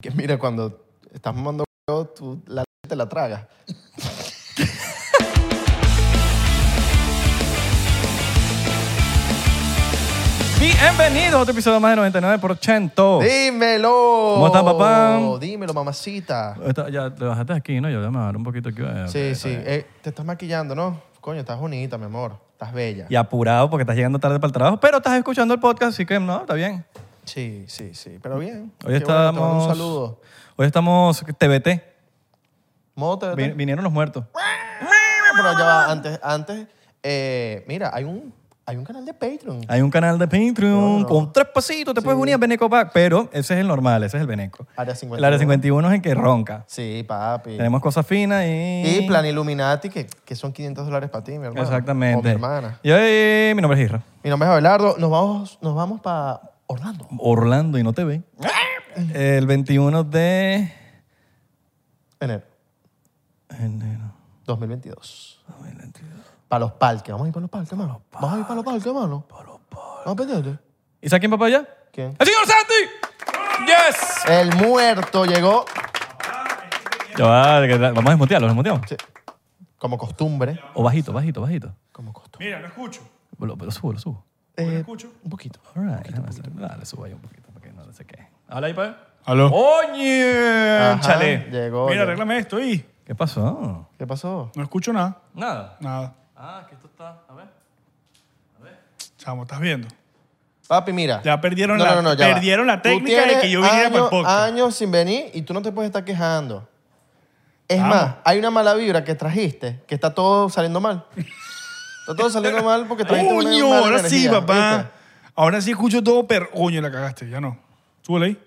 Que mira, cuando estás mamando huevo, tú la te la tragas. Bienvenidos a otro episodio más de 99%. ¡Dímelo! Oh. ¿Cómo estás, papá? Dímelo, mamacita. Esta- ya te bajaste aquí, ¿no? Yo voy a bajar un poquito aquí. eh, Sí, eh, sí. eh. Eh, te estás maquillando, ¿no? Coño, estás bonita, mi amor. Estás bella. Y apurado porque estás llegando tarde para el trabajo, pero estás escuchando el podcast, así que no, está bien. Sí, sí, sí. Pero bien. Hoy Qué bueno, te mando estamos... un saludo. Hoy estamos TBT. Modo TBT. Vin- vinieron los muertos. Pero ya va, antes, antes eh, mira, hay un, hay un canal de Patreon. Hay un canal de Patreon No, no. con tres pasitos, te puedes unir a Beneco Pack, pero ese es el normal, ese es el Beneco. Área El área 51 es el que ronca. Sí, papi. Tenemos cosas finas Y Plan Illuminati, que, que son 500 dólares para ti, mi hermano. Exactamente. O mi hermana. Y hoy, mi nombre es Isra. Mi nombre es Abelardo. Nos vamos, nos vamos para Orlando. Orlando y no te ve. Ah. El 21 de Enero enero. 2022. Para los parques. Vamos a ir para los parques, hermano. Vamos a ir para los parques, hermano. Para los parques. ¿No pendiente? ¿Y sabes quién va para allá? ¿Quién? ¡El señor Santi! ¡Yes! El muerto llegó, Ya va, que la- vamos a desmontearlo, lo desmonteamos. sí, como costumbre. O bajito, bajito, bajito. Como costumbre. Mira, no escucho. Lo, lo subo, lo subo. Eh, escucho. un poquito. All right, déjame hacer- Dale, subo ahí un poquito para que no sé qué. Habla ahí para ver. Aló. ¡Oye! Ajá, ¡Chale! Llegó. Mira, llegó. arréglame esto y ¿Qué pasó? ¿Qué pasó? no escucho nada. Nada. Nada. Ah, que esto está. A ver. Chamo, estás viendo. Papi, mira. Ya perdieron No, la- no, no, ya va. perdieron la Tú técnica de tienes que yo viniera para el años- podcast. años sin venir y tú no te puedes estar quejando. Es Vamos. más, hay una mala vibra que trajiste que está todo saliendo mal. Está todo saliendo mal porque trajiste una Coño, mala ahora sí, energía, papá. ¿viste? Ahora sí escucho todo, pero coño, la cagaste, ya no. Súbele ahí.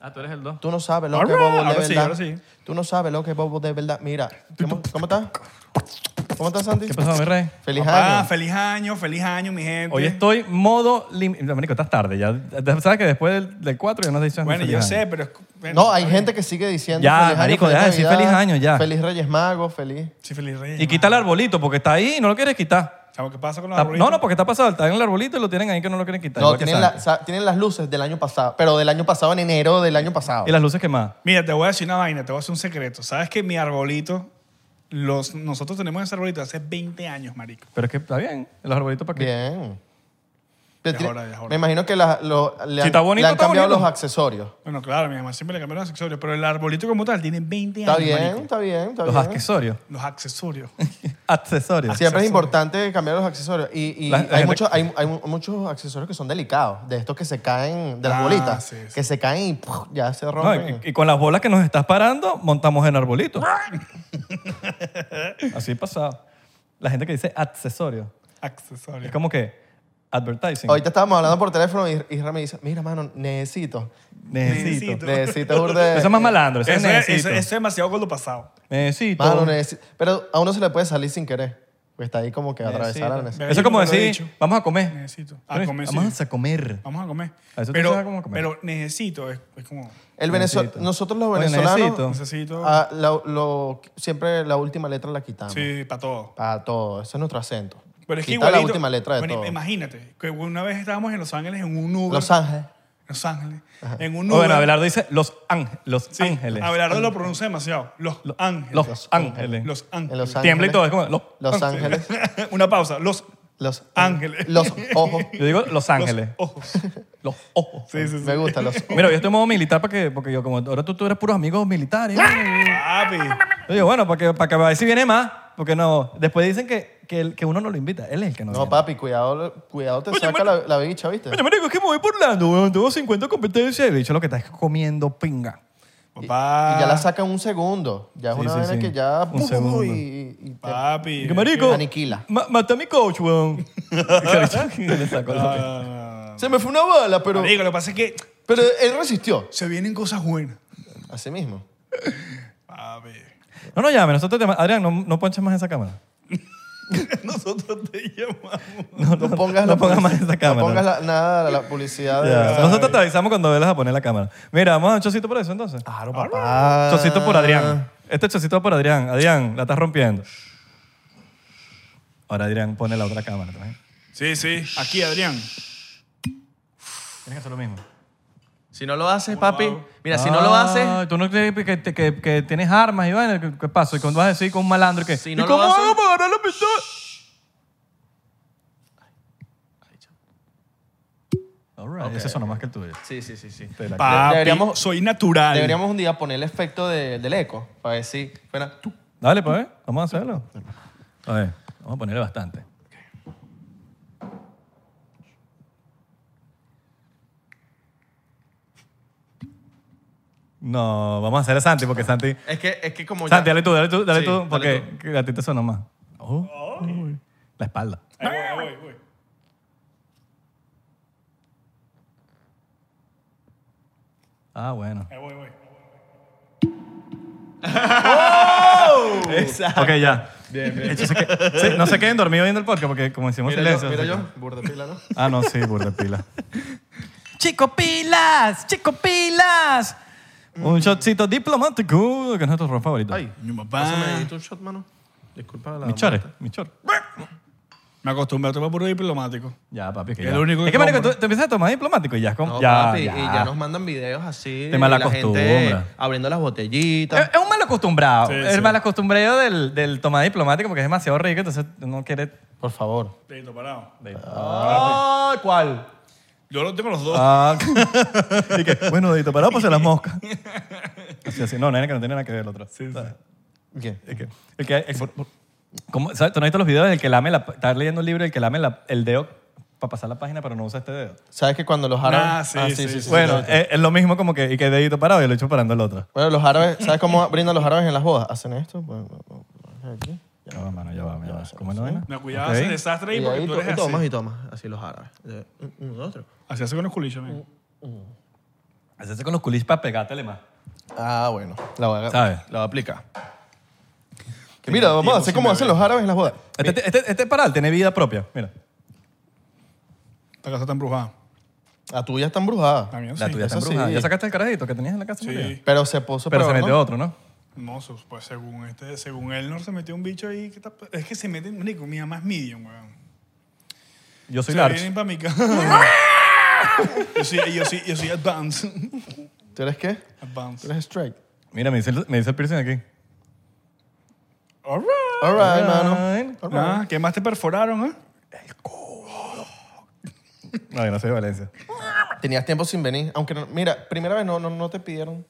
Ah, tú eres el 2. Tú no sabes lo Ahora, que es Bobo de ahora verdad. sí, ahora sí. Tú no sabes lo que es Bobo de verdad. Mira, ¿cómo, cómo estás? ¿Cómo estás, Santi? ¿Qué pasó, mi rey? Feliz Papá, año. feliz año, feliz año, mi gente. Hoy estoy modo lim- No, Marico, estás tarde ya. Sabes que después del, del 4 ya no te dicen Bueno, feliz yo año. sé, pero. es- bueno, No, hay gente que sigue diciendo Ya, feliz año, marico, feliz deja de decir Navidad, feliz año, ya. Feliz Reyes Magos, feliz. Sí, feliz rey. Y quita el arbolito porque está ahí y no lo quieres quitar. Chamo, ¿qué pasa con los Está- arbolitos? no, no, porque está pasado. Está en el arbolito y lo tienen ahí que no lo quieren quitar. No, igual que tienen, la- Santa. sa- tienen las luces del año pasado, pero del año pasado, en enero del año pasado. Y las luces quemadas. Mira, te voy a decir una vaina, te voy a hacer un secreto. ¿Sabes que mi arbolito. Los, nosotros tenemos ese arbolito hace 20 años, marico. Pero es que está bien. Los arbolitos para qué. Bien. Pero Ya tiene- hora, ya hora. Me imagino que la- lo- le, Si han, está bonito, le han está cambiado bonito. los accesorios. Bueno, claro, mi mamá siempre le cambiaron los accesorios, pero el arbolito como tal tiene 20 Está años. bien, marico. está bien, está Los bien. accesorios. Los accesorios. Accesorios. Siempre accesorios. es importante cambiar los accesorios. Y, y La- la hay, gente- muchos, hay, hay muchos accesorios que son delicados, de estos que se caen, de las Ah, bolitas, sí, sí. que se caen y ¡puf! ya se No, rompen. y, y con las bolas que nos estás parando, montamos en arbolito. Así pasado. La gente que dice accesorios. Es accesorios. como que advertising. Ahorita estábamos hablando por teléfono y, y Rami dice, mira, mano, necesito, necesito. Necesito. necesito burda de- Eso es más malandro. Eso, es Eso es, necesito. eso- eso es demasiado con lo pasado. necesito. Mano, necesi- Pero a uno se le puede salir sin querer. Pues está ahí como que atravesar la necesidad. Necesito. Eso es como Yo nunca lo he decir, dicho. vamos a comer. Necesito. A Pero es- comer, sí. vamos a comer. Vamos a comer. A eso te pero, sabe cómo comer. pero necesito, es, es como. El venezol- Necesito. Nosotros los Oye, venezolanos, necesito. Necesito. ah, la- lo- siempre la última letra la quitamos. sí, para todo. Para todo. Ese es nuestro acento. Pero es que Quita igualito, la última letra de bueno, todo. Imagínate, que una vez estábamos en Los Ángeles en un Uber. Los Ángeles. Los Ángeles. En un O Uber. Oh, bueno, Abelardo dice Los, ángel, los Sí, Ángeles. Abelardo lo pronuncia demasiado. Los Lo- Ángeles. Los, Ángeles. Ángeles. Los En Ángeles. Los Ángeles. Tiembla y todo. Es como Los, Los Ángeles. una pausa. Los. Los Ángeles. Los ojos. Yo digo Los Ángeles. Los ojos. Los ojos. Sí, sí, sí. Me gustan los ojos. Mira, yo estoy en modo militar porque, porque yo, como ahora tú, tú eres puros amigos militares. ¡Ah! bueno, Papi. yo digo, bueno, para que, para que a ver si viene más. Porque no. Después dicen que, que, el- que uno no lo invita. Él es el que no. No, viene. papi, cuidado, cuidado te Oye, saca la, la bicha, ¿viste? Mira, marico, es que me voy burlando, weón. Tengo 50 competencias. El bicho lo que está es comiendo pinga. Papá. Y ya la saca en un segundo. Ya es Ah. Sí, una sí, vaina sí. que ya... Un pum, pum, segundo. y, y te- Papi. Y que, marico. Aniquila. ma- maté a mi coach, weón. Y le sacó la pinga. Ah, Se me fue una bala, pero, marico, lo que pasa es que pero él resistió. se vienen cosas buenas. Así mismo. Papi. No, no llames. Nosotros te llamamos. Adrián, no, no ponches más esa cámara. Nosotros te llamamos. No, No pongas, no la pongas publici- más esa cámara. No pongas la- nada la publicidad. de- Ya. Nosotros te avisamos cuando velas a poner la cámara. Mira, vamos a un chocito por eso entonces. Claro, papá. Chocito por Ah. Adrián. Este chocito va por Adrián. Adrián, la estás rompiendo. Ahora Adrián pone la otra cámara también. Sí, sí. Aquí, Adrián. Tienes que hacer lo mismo. Si no lo haces, ¿Cómo lo papi, hago? mira, si no lo Ah, haces, Tú no crees que, que, que- que tienes armas y vaina. ¿Qué, qué pasa? ¿Y cuando vas a decir con un malandro que. Si ¿Y no lo cómo haces- hago para agarrar la pistola? All right. Ese sonó más que el tuyo. sí, sí, sí, sí. Papi, Deberíamos- soy natural. Deberíamos un día poner el efecto de- del eco para ver si. Espera, tú. Dale, pues, ¿eh? vamos a hacerlo. A ver, vamos a ponerle bastante. No, vamos a hacer a Santi, porque Santi... Es que, es que como ya- Santi, dale tú, dale tú, dale Sí, tú, dale porque tú. que a ti te sonó más. Oh, uy, La espalda. Ahí voy, ahí voy, ahí voy. Ah, bueno. Ahí voy, ahí voy. Exacto. Ok, ya. Entonces, que- sí, no se queden dormidos viendo el podcast, porque como hicimos Mira silencio... yo, mira así que- yo, burda pila, ¿no? Ah, no, sí, burda pila. ¡Chico pilas! ¡Chico pilas! Un shotcito diplomático, que es nuestro ron favorito. Ay, Mi papá. pásame ahí tu shot, mano. Disculpa la... mi chore, mi chore. Me acostumbré a tomar puro diplomático. Ya, papi, es que Es ya. lo único que es que, marico, compro. tú te empiezas a tomar diplomático y ya es como... No, ya, papi, ya. y ya nos mandan videos así. Te mala Eh. de la gente acostumbra. abriendo las Es, botellitas. es un mal acostumbrado. Sí, es sí. mal acostumbrado del, del tomar diplomático porque es demasiado rico, entonces no quiere... Por favor. Dedito parado. Ah, ¿Cuál? Yo lo tengo los dos. Ah, y que, bueno, dedito parado, pues se las moscas. Así, así. No, nena, que no tiene nada que ver el otro. ¿sabes? ¿Qué? El que, el que- el- ¿Cómo? ¿Sabes? ¿Tú no has visto los videos del que lame la... Estás leyendo un libro del que lame la- el dedo para pasar la página, pero no usa este dedo. ¿Sabes que cuando los árabes. Ah, sí, sí, sí. Bueno, claro. es, es lo mismo como que... Y que dedito parado y lo echo parando el otro. Bueno, los árabes, ¿sabes cómo brindan los árabes en las bodas? Hacen esto. pues, bueno, bueno, bueno, aquí, ya. Ya va, mano, ya va, ya va. ¿Cómo es la vaina? Me cuidaba Ok. ese desastre ahí Y porque ahí tú to- eres así. tomas y tomas, así los árabes. Eh, un- Uno, dos, tres. Así hace con los culillos, amigo. Mm. Hacerse con los culis para pegártele más. Ah, bueno, la voy a, ¿Sabes? La voy a aplicar. Que mira, vamos a hacer sin como hacen beber. los árabes en las bodas. Este, este, este paral tiene vida propia. Mira, Esta casa está embrujada. La tuya está embrujada. También la sí. tuya está eso embrujada. sí. ¿Ya sacaste el carajito que tenías en la casa? Sí. María? Pero se puso Pero se peor, metió ¿no? otro, ¿no? No, sus- pues según este, según Elnor se metió un bicho ahí. que está- es que se meten, marico, mi mamá es medium, weón. Yo soy se large. vienen para mi casa. yo, soy, yo, soy, yo soy advanced. ¿Tú eres qué? Tú Advanced. eres straight. Mira, me dice, el- me dice el piercing aquí. All right. All right, mano. Alright. All right. Ah, ¿Qué más te perforaron, eh? No, yo no soy de Valencia. Tenías tiempo sin venir. Aunque, no- mira, primera vez no, no, no te pidieron.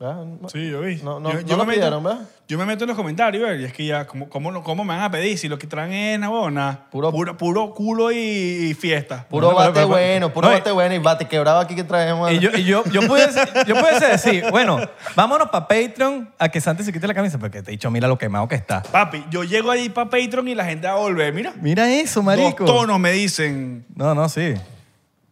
¿verdad? No- Sí, yo vi. No, no, no yo, yo lo me pidieron, meto, ¿verdad? Yo me meto en los comentarios, ¿verdad? y es que ya, ¿cómo, cómo, no- cómo me van a pedir si lo que traen es nabona? Puro- Puro, puro, culo y, y fiesta. Puro No, pero- bate pero- bueno, puro no, y- bate bueno y bate quebrado aquí que traemos. Y yo, y yo, yo, pudiese, yo pudiese decir, bueno, vámonos para Patreon a que Santi se quite la camisa, porque te he dicho, mira lo quemado que está. Papi, yo llego ahí para Patreon y la gente va a volver, mira. Mira eso, marico. Dos tonos me dicen. No, no, sí.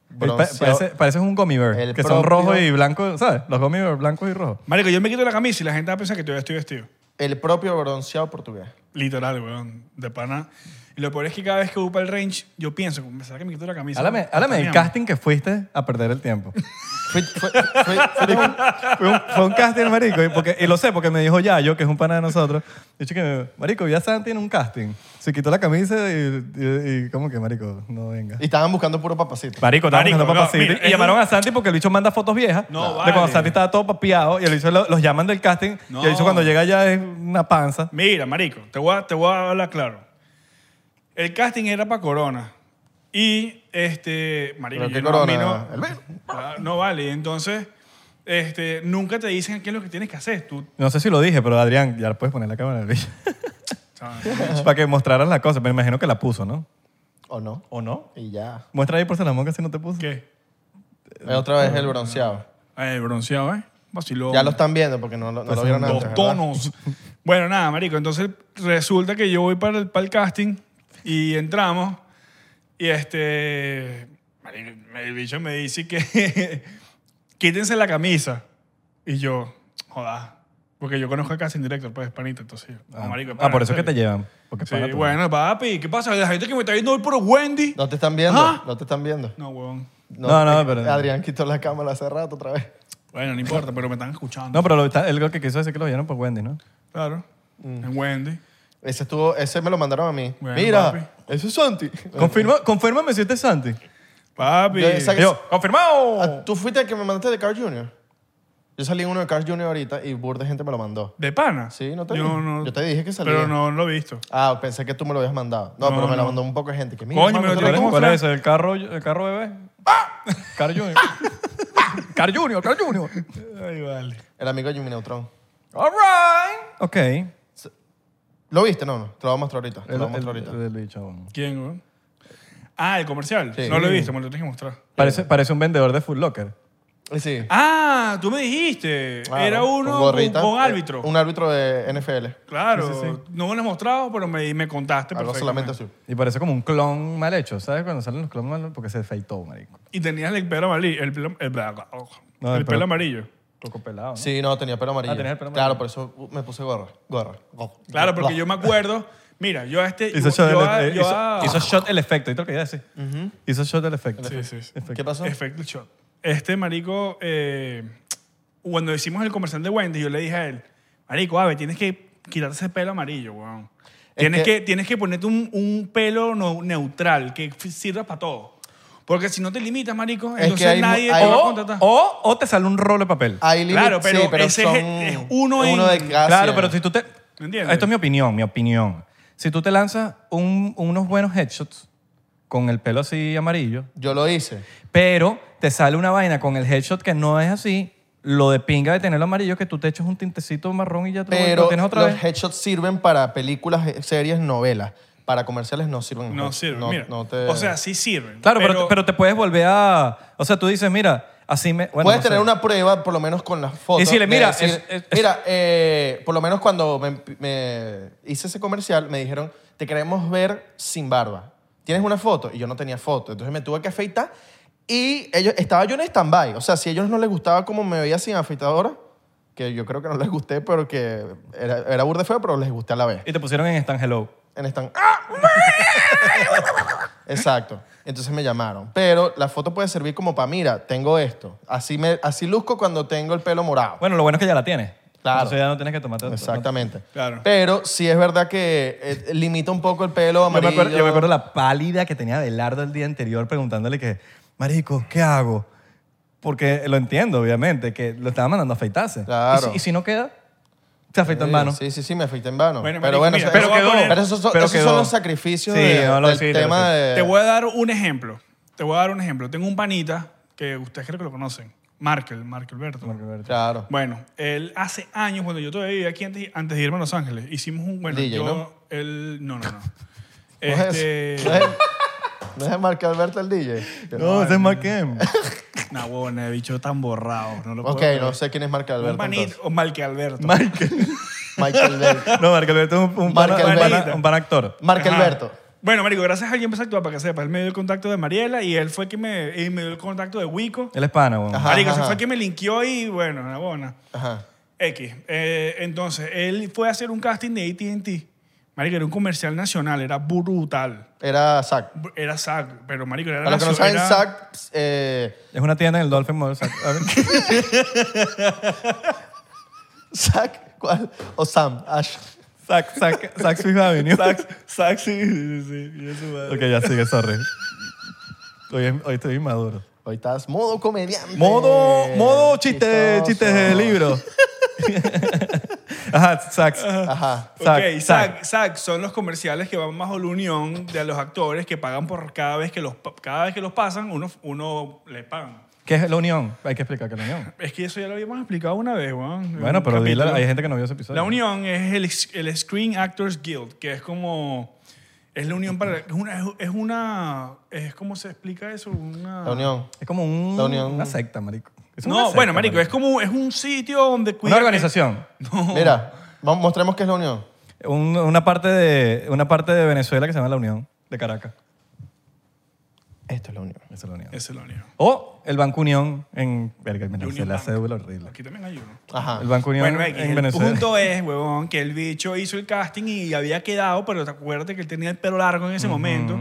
Bronceado. Pa- parece, parece un gummy bear, El que son propio- rojos y blancos, ¿sabes? Los gummy bear blancos y rojos. Marico, yo me quito la camisa y la gente va a pensar que todavía estoy vestido. El propio bronceado portugués. Literal, weón. De pana. Y lo peor es que cada vez que ocupa el range, yo pienso, como, ¿será que me quito la camisa? Háblame, háblame del Mierda. casting que fuiste a perder el tiempo. Fui- fue- fue- fue- fue, un, fue un casting, marico. Y, porque, y lo sé, porque me dijo Yayo, que es un pana de nosotros. Dicho que, marico, vi a Santi en un casting. Se quitó la camisa y, y, y como que, marico, no venga. y estaban buscando puro papacito. Marico, estaban Marico, buscando no, papas mira, City. Y es llamaron un- a Santi porque el bicho manda fotos viejas. No, De vale. cuando Santi estaba todo papiado. Y el bicho lo- los llaman del casting. No. Y el bicho cuando llega ya es una panza. Mira, marico, te voy, a, te voy a hablar claro. El casting era para Corona. Y, este, marico, ¿Pero qué yo no, a mí Corona? no- ¿El vino? Ah, no vale. Entonces, este, nunca te dicen qué es lo que tienes que hacer. Tú, No sé si lo dije, pero Adrián, ya puedes poner la cámara del bicho. ¿sabes? Para que mostraran la cosa. Me imagino que la puso, ¿no? ¿O no? ¿O no? Y ya. Muestra ahí por Salamón que si no te puso. ¿Qué? Eh, Otra vez el bronceado. Ay, bronceado, ¿eh? Vacilón. Ya lo están viendo porque no, lo- no Pues lo vieron son antes. Dos ¿verdad? tonos. bueno, nada, marico. Entonces resulta que yo voy para el, para el casting y entramos y este... marico, el bicho me dice que quítense la camisa. Y yo, joda. Porque yo conozco al casting director, pues, panita, entonces... yo, no, Ah, marico, es ah, por pana, eso es que en te serio. llevan. Porque es pana pues. Sí, tuyo. bueno, papi, ¿qué pasa? La gente que me está viendo hoy por Wendy. No te están viendo. ¿Ah? No te están viendo. No, huevón. No, no, pero- Adrián quitó la cámara hace rato otra vez. Bueno, no importa, pero me están escuchando. No, pero lo, está- él lo que quiso decir que lo vieron por Wendy, ¿no? Claro. Mm. En Wendy. Ese estuvo, ese me lo mandaron a mí. Bueno, Mira, papi. ese es Santi. Confirma, confírmame si este es Santi. Papi. Yo esa que- Yo, confirmado. Ah, ¿Tú fuiste el que me mandaste de Carl Jr.? Yo salí en uno de Carl Jr. ahorita y burda de gente me lo mandó. ¿De pana? Sí, no te yo dije. No, Yo te dije que salía. Pero no lo he visto. Ah, pensé que tú me lo habías mandado. No, No, pero me no. lo mandó un poco de gente. Que, mira, Coño, mano, me lo ¿tú lo ¿Cuál ¡Ah! es- tienes cómo- como ¿Cuál fra- es ese? ¿El carro, el carro bebé? Carl Jr. Carl Jr., Carl Jr. Ay, vale. El amigo de Jimmy Neutron. All right. Ok. El, ¿Lo viste? No, no. Te lo voy a mostrar ahorita. Te lo voy a mostrar ahorita. el- el bicho, bueno. ¿Quién, güey? Ah, el comercial. Sí. No lo he visto, me lo tienes que mostrar. Parece, parece un vendedor de Foot Locker. Eh, Sí. Ah, tú me dijiste. Claro, Ah, Era uno con con, gorrita, con eh, árbitro. Un árbitro de NFL. Claro. Sí, sí, sí. No me lo has mostrado, pero me, me contaste. Algo solamente perfectamente. así. Y parece como un clon mal hecho, ¿sabes? Cuando salen los clones mal porque se feitó, marico. Y tenías el pelo amarillo. El pelo, el, No, el el pelo pelo- amarillo. Coco pelado. ¿no? Sí, no, tenía pelo amarillo. Ah, tenías el pelo Claro, amarillo. por eso uh, me puse gorra. Gorra. Go- Claro, go- porque yo me acuerdo. Mira, yo a este. Hizo, yo- shot yo el, a- eh, yo hizo- a- hizo shot el efecto. ¿Viste lo que quería decir? Hizo shot el efecto. Sí, sí, sí. ¿Qué pasó? Efecto shot. Este marico, eh, cuando hicimos el comercial de Wendy, yo le dije a él, marico, ave, tienes que quitarte ese pelo amarillo, weón. Es Tienes que, que- tienes que ponerte un, un pelo no- neutral que f- sirva para todo. Porque si no te limitas, marico, Es entonces que hay mu- nadie hay- te va a O, contratar. Ah, o, o te sale un rollo de papel. Hay límites, Claro, pero sí, ese es- son es uno en- de cada Claro, cien. pero si tú te... ¿Me entiendes? Esto es mi opinión, mi opinión. Si tú te lanzas un- unos buenos headshots con el pelo así amarillo, Yo lo hice. pero te sale una vaina con el headshot que no es así, lo de pinga de tenerlo amarillo que tú te echas un tintecito marrón y ya te lo Pero tienes otra los vez. headshots sirven para películas, eh, series, novelas. Para comerciales no sirven. no sirve, mira. no te- O sea, sí sirven. Claro, pero, pero te puedes volver a... O sea, tú dices, mira, así me... bueno, Puedes no sé. tener una prueba, por lo menos con las fotos. Decirle, de mira, es- es- mira, eh, por lo menos cuando me, me hice ese comercial, me dijeron, te queremos ver sin barba. ¿Tienes una foto? Y yo no tenía foto. Entonces me tuve que afeitar y ellos, estaba yo en stand-by. O sea, si a ellos no les gustaba cómo me veía sin afeitadora, que yo creo que no les gusté, pero que era, era burde feo, pero les gusté a la vez. Y te pusieron en Stan Hello. En stand Exacto. Entonces me llamaron. Pero la foto puede servir como para, mira, tengo esto. Así, me, así luzco cuando tengo el pelo morado. Bueno, lo bueno es que ya la tienes. Claro. Entonces ya no tienes que tomarte... Exactamente. Claro. Pero sí es verdad que eh, limita un poco el pelo Yo me, amarillo. acuerdo, yo me acuerdo la pálida que tenía Belardo el día anterior preguntándole que, marico, ¿qué hago? Porque lo entiendo, obviamente, que lo estaba mandando a afeitarse. Claro. Y si, y si no queda, se afeita en Sí, mano. Sí, sí, sí, me afeité en vano. Bueno, pero marico, bueno, mira, eso- pero eso- quedó, pero esos son, pero esos son quedó. los sacrificios Sí, de- no, lo pues. del sí, lo tema sí. de... Te voy a dar un ejemplo. Te voy a dar un ejemplo. Tengo un panita que ustedes creo que lo conocen. Markel, Markel Berto. Claro. Bueno, él hace años, cuando yo todavía vivía aquí antes, antes de irme a Los Ángeles, hicimos un. Bueno, DJ, yo. ¿no? él- no, no, no. ¿No es- este. ¿No es, no es Marc Alberto el DJ? No, ese es Mark M. Nah, huevón, el bicho tan borrado. No lo puedo Ok, creer. no sé quién es Marc Alberto. Un panito, entonces. o mal que Alberto. Michael. Michael Alberto. No, Mark Alberto es un, un, Mark pana- un pana- Alberto. un pana actor. Marc Ajá. Alberto. Bueno, Marico, gracias a alguien empezó a actuar para que sepa. Él me dio el contacto de Mariela y él fue quien me, y me dio el contacto de Wico. Él es pana, weón. Ajá. Marico, se fue quien me linkeó y bueno, una buena. Ajá. X. Eh, entonces, él fue a hacer un casting de ATT. Marico, era un comercial nacional, era brutal. Era Zack. Era Zack, pero Marico era Para los que no nacio- saben, era- Zack eh, Es una tienda en el Dolphin Mall. sac- a ver. Zack, ¿cuál? O Sam, Ash. Sac, sac, sac Fifth Avenue. Zack, Zack, sí, sí, sí, sí, eso, madre. Ok, ya sigue, sorry. Hoy, es- hoy estoy inmaduro. Hoy estás modo comediante. Modo, modo chiste, Chistoso. chistes de libro. Ajá, sax. Ajá. Zack, Zack. ok, Zack, Zack, son los comerciales que van bajo la unión de los actores que pagan por cada vez que los, pa- cada vez que los pasan, uno, uno le pagan. ¿Qué es la unión? Hay que explicar qué es la unión. Es que eso ya lo habíamos explicado una vez, weón. en Bueno, un pero dile, capítulo. hay gente que no vio ese episodio. La unión es el, ex- el Screen Actors Guild, que es como... Es la unión para... Es una... Es, una, es ¿Cómo se explica eso? Una, La unión. Es como un, La unión. una secta, marico. Es una No, secta, bueno, marico, es como... Es un sitio donde Una cuidan- organización. Mira, vamos- mostremos qué es la unión. Un- una, parte de, una parte de Venezuela que se llama la unión de Caracas. Esto es la unión. Esa es la unión. Esa es la unión. O el Banco Unión en... Verga, me lancé Union la Bank. cédula horrible. Aquí también hay uno. Ajá. El Banco Unión Ah. Bueno, X, en el Venezuela. punto es, huevón, que el bicho hizo el casting y había quedado, pero te acuérdate que él tenía el pelo largo en ese momento.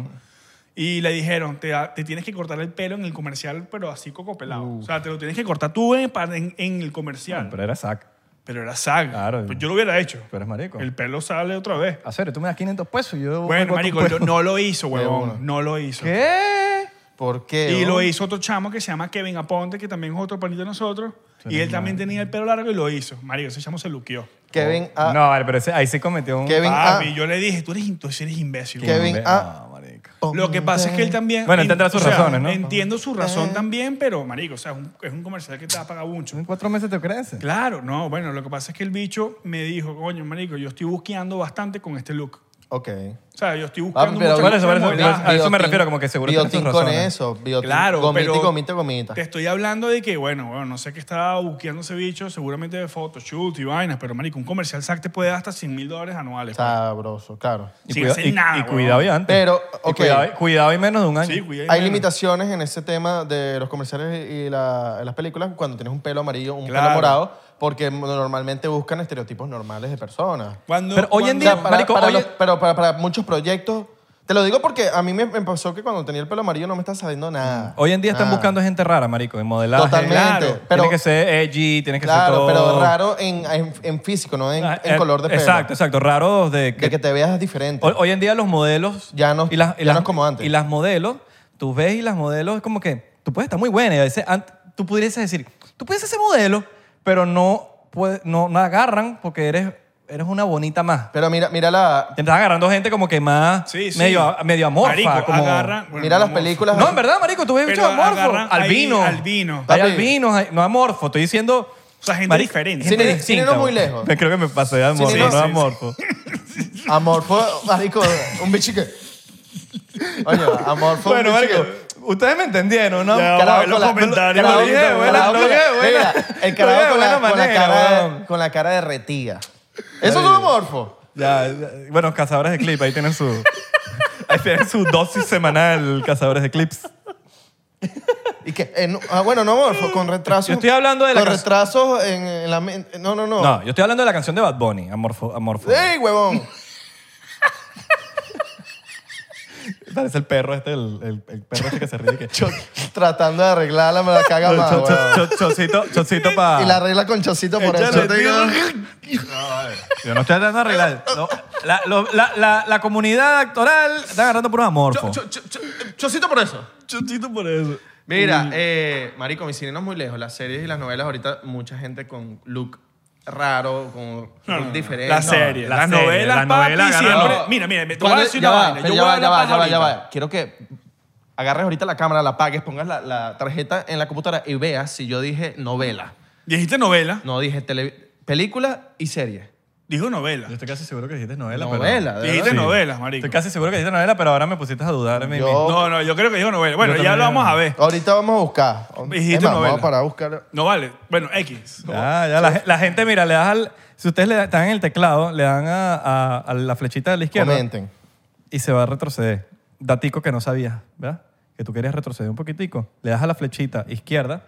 Y le dijeron, te, te tienes que cortar el pelo en el comercial, pero así cocopelado. O sea, te lo tienes que cortar tú en, pa- en- en el comercial. Pero era sac. Pero era saga. Claro. Ah, Pues yo lo hubiera hecho. Tú eres marico. El pelo sale otra vez. Hacer, tú me das 500 pesos y yo... Bueno, hago tu marico, puesto. no lo hizo, De huevón. una. No lo hizo. ¿Qué? ¿Por qué? Y lo oh? hizo otro chamo que se llama Kevin Aponte, que también es otro panito de nosotros. y él también tenía el pelo largo y lo hizo. Marico, ese chamo se luqueó. Kevin A. No, vale, pero ese- ahí sí cometió un... Ah, Kevin A. Papi, yo le dije, tú eres, tú eres imbécil. Kevin ah. A. Ve- No, Ah, marico. Lo que pasa es que él también. Bueno, él tendrá sus o sea, razones, ¿no? Entiendo su Eh. razón también, pero, marico, o sea, es un, es un comercial que te va a pagar mucho. En cuatro meses te crece. Claro, no, bueno, lo que pasa es que el bicho me dijo, coño, marico, yo estoy busqueando bastante con este look. Ok. O sea, yo estoy Ah, buscando pero- mucho Por eso, por eso, con por eso. la- a eso me Biotin- refiero, como que seguro tiene sus Biotin con razones. eso. Biotin, Claro, gomita, pero gomita, gomita. Te estoy hablando de que, bueno, bueno, no sé qué estaba busqueando ese bicho, seguramente de photoshoot y vainas, pero, marico, un comercial SAC te puede dar hasta 100 mil dólares anuales. pues, Sabroso, claro. Y, Sin cuida- hacer y- nada, y huevón. cuidado y antes. Pero, Y ok. cuidado, y- cuidado y menos de un año. Sí, cuidado. Hay mano. limitaciones en ese tema de los comerciales y la- las películas cuando tienes un pelo amarillo, un Claro. pelo morado, porque normalmente buscan estereotipos normales de personas. Cuando- Pero hoy en O cuando- sea, día- para- marico, para oye- los- pero para, para muchos proyectos. Te lo digo porque a mí me, me pasó que cuando tenía el pelo amarillo no me estaba sabiendo nada. Mm. Hoy en día están Nada. buscando gente rara, marico, en modelaje. Ah. Totalmente. claro. Pero, tiene que ser edgy, tiene que ser claro, todo... pero raro en, en- en físico, no en, Ah, en eh, color de pelo. Exacto, exacto. Raros de que, De que te veas diferente. Hoy, hoy en día los modelos... Ya no- ya no es como antes. Y las modelos, tú ves y las modelos es como que tú puedes estar muy buena y a veces ant- tú pudieses decir, tú puedes ser modelo, pero no, puede- no, no agarran porque eres, eres una bonita más. Pero mira, mira la. Te estás agarrando gente como que más Sí, sí. medio, medio amorfa. Marico, como... agarran- bueno, Mira las amorfa. películas. No, en verdad, marico, tú ves Pero bichos amorfos. agarran Albino. ahí albino. Hay Papi. albinos, hay- no amorfo. Estoy diciendo... O sea, gente diferente. Sin ir- sin distinta, irnos muy güey. lejos. Me creo que me pasé de amorfo, irnos- no sí, sí. amorfo. Amorfo, marico, un bicho que. Oye, amorfo. un Bueno, bicho que- marico, ustedes me entendieron, ¿no? Ya, Carajo vamos a ver los con la- comentarios, carajo- Lo dije, buena- carajo lo con la- dije, buena. Mira, el Lo carajo dije, con la, buena con la manera, cara, weón. con la cara derretida. Eso es un morfo. Ya, ya. bueno, cazadores de clips, ahí tienen su... Ahí tienen su dosis semanal, cazadores de clips. Y que, eh, no- ah, bueno, no morfo, con retrasos. Yo estoy hablando de la Con cas- retrasos en, en la mente. No, no, no. No, yo estoy hablando de la canción de Bad Bunny, Amorfo. amorfo. ¡Ey, huevón! Parece el perro este, el, el- el perro este que se ríe. y que- Yo tratando de arreglarla, me la caga Cho- más. cho- huevón. cho- Chocito, chocito para... Y la arregla con chocito por Échale, eso. te digo. Yo no estoy tratando de arreglar. No, la, lo- la- la- la comunidad actoral está agarrando puros amorfos. Cho- cho- cho- Chocito por eso. Chotito por eso. Mm. Mira, eh, marico, mi cine no es muy lejos. Las series y las novelas ahorita mucha gente con look raro, con look diferente. La serie, la las serie, novelas, la papi, novela, siempre. agarra- No. Mira, mira, me- te voy a Cuando- decir ya una va, vaina. Yo pero ya voy a va, ya hablar va, paja ya va, ya ahorita. va. Quiero que agarres ahorita la cámara, la apagues, pongas la, la tarjeta en la computadora y veas si yo dije novela. Dijiste novela. No dije tele- película y serie. Dijo novela. Yo estoy casi seguro que dijiste novela. pero- novela, de Dijiste verdad. Sí. novelas, marico. Estoy casi seguro que dijiste novela, pero ahora me pusiste a dudar. mi- Yo- No, no, yo creo que dijo novela. Bueno, Yo ya lo también. vamos a ver. Ahorita vamos a buscar. Dijiste Es más, novela. Vamos a parar a buscar. No vale. Bueno, X. Ya, ya, la, la gente, mira, le das al... Si ustedes le dan- están en el teclado, le dan a, a- a la flechita de la izquierda Comenten. y se va a retroceder. Datico que no sabías, ¿verdad? Que tú querías retroceder un poquitico. Le das a la flechita izquierda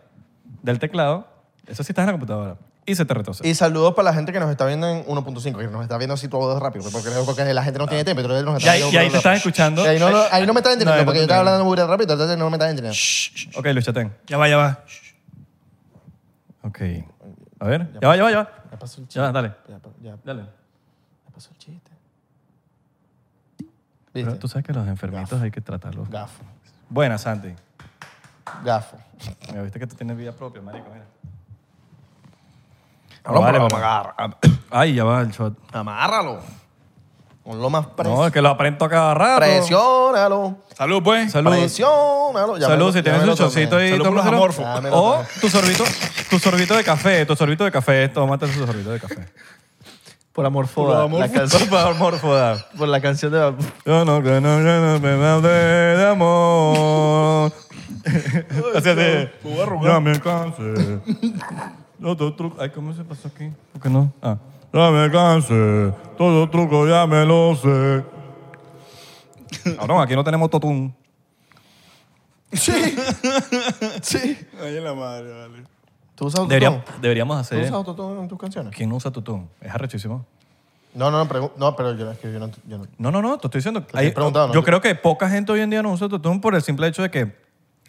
del teclado. Eso sí estás en la computadora. Y se te retrocede. Y saludos para la gente que nos está viendo en 1.5, que nos está viendo así todos rápido, porque, porque la gente no tiene tiempo, pero nos Ah. Y está ahí, viendo y ahí te rápido. estás escuchando. Y ahí, no, no- ahí no me estás entendiendo, No, ahí no porque te yo estaba entiendo. hablando muy rápido, entonces no me estás entendiendo. Ok, Luchatén. Ya va, ya va. Ok. A ver. Ya va, ya va, ya va. Ya pasó el chiste. Ya va, dale. Ya, pa- ya- Dale. ya pasó el chiste. Pero ¿Viste? tú sabes que los enfermitos hay que tratarlos. Gafo. Buena, Santi. Gafo. Mira, viste que tú tienes vida propia, marico, mira. Ahora Vale, vamos a vamos. agarrar. Am- Ay, ya va el shot. Amárralo. Con lo más No, presionado. es que lo aprendo a cada rato. Presiónalo. Salud, pues. Salud. Presiónalo. Ya Salud, me- si ya tienes me un lo tomé. chocito ahí, Ah, Salud por los tómatelo. amorfos. Ya me lo O tomé. tu sorbito, tu sorbito de café, tu sorbito de café, tómate tu sorbito de café. Por amor foda. amor La foda. canción- Por favor, morfoda. por la canción de... Yo no, yo no, yo no me maté de amor. Así así. Ya me cansé. Todo truco. Ay, ¿cómo se pasó aquí? ¿Por qué no? Ah. Ya me cansé. Todo truco ya me lo sé. Cabrón, aquí no tenemos totum. Sí. sí. Ay, la madre, vale. ¿Tú usas Deberíamos, autotune? deberíamos ¿Tú hacer. usas autotune en tus canciones? ¿Quién no usa totum? Es arrechísimo. No, no, no, pregu- no pero yo, es que yo no, yo no- No, no, no, te estoy diciendo. estoy hay- preguntando, ¿no? Yo creo que poca gente hoy en día no usa autotune por el simple hecho de que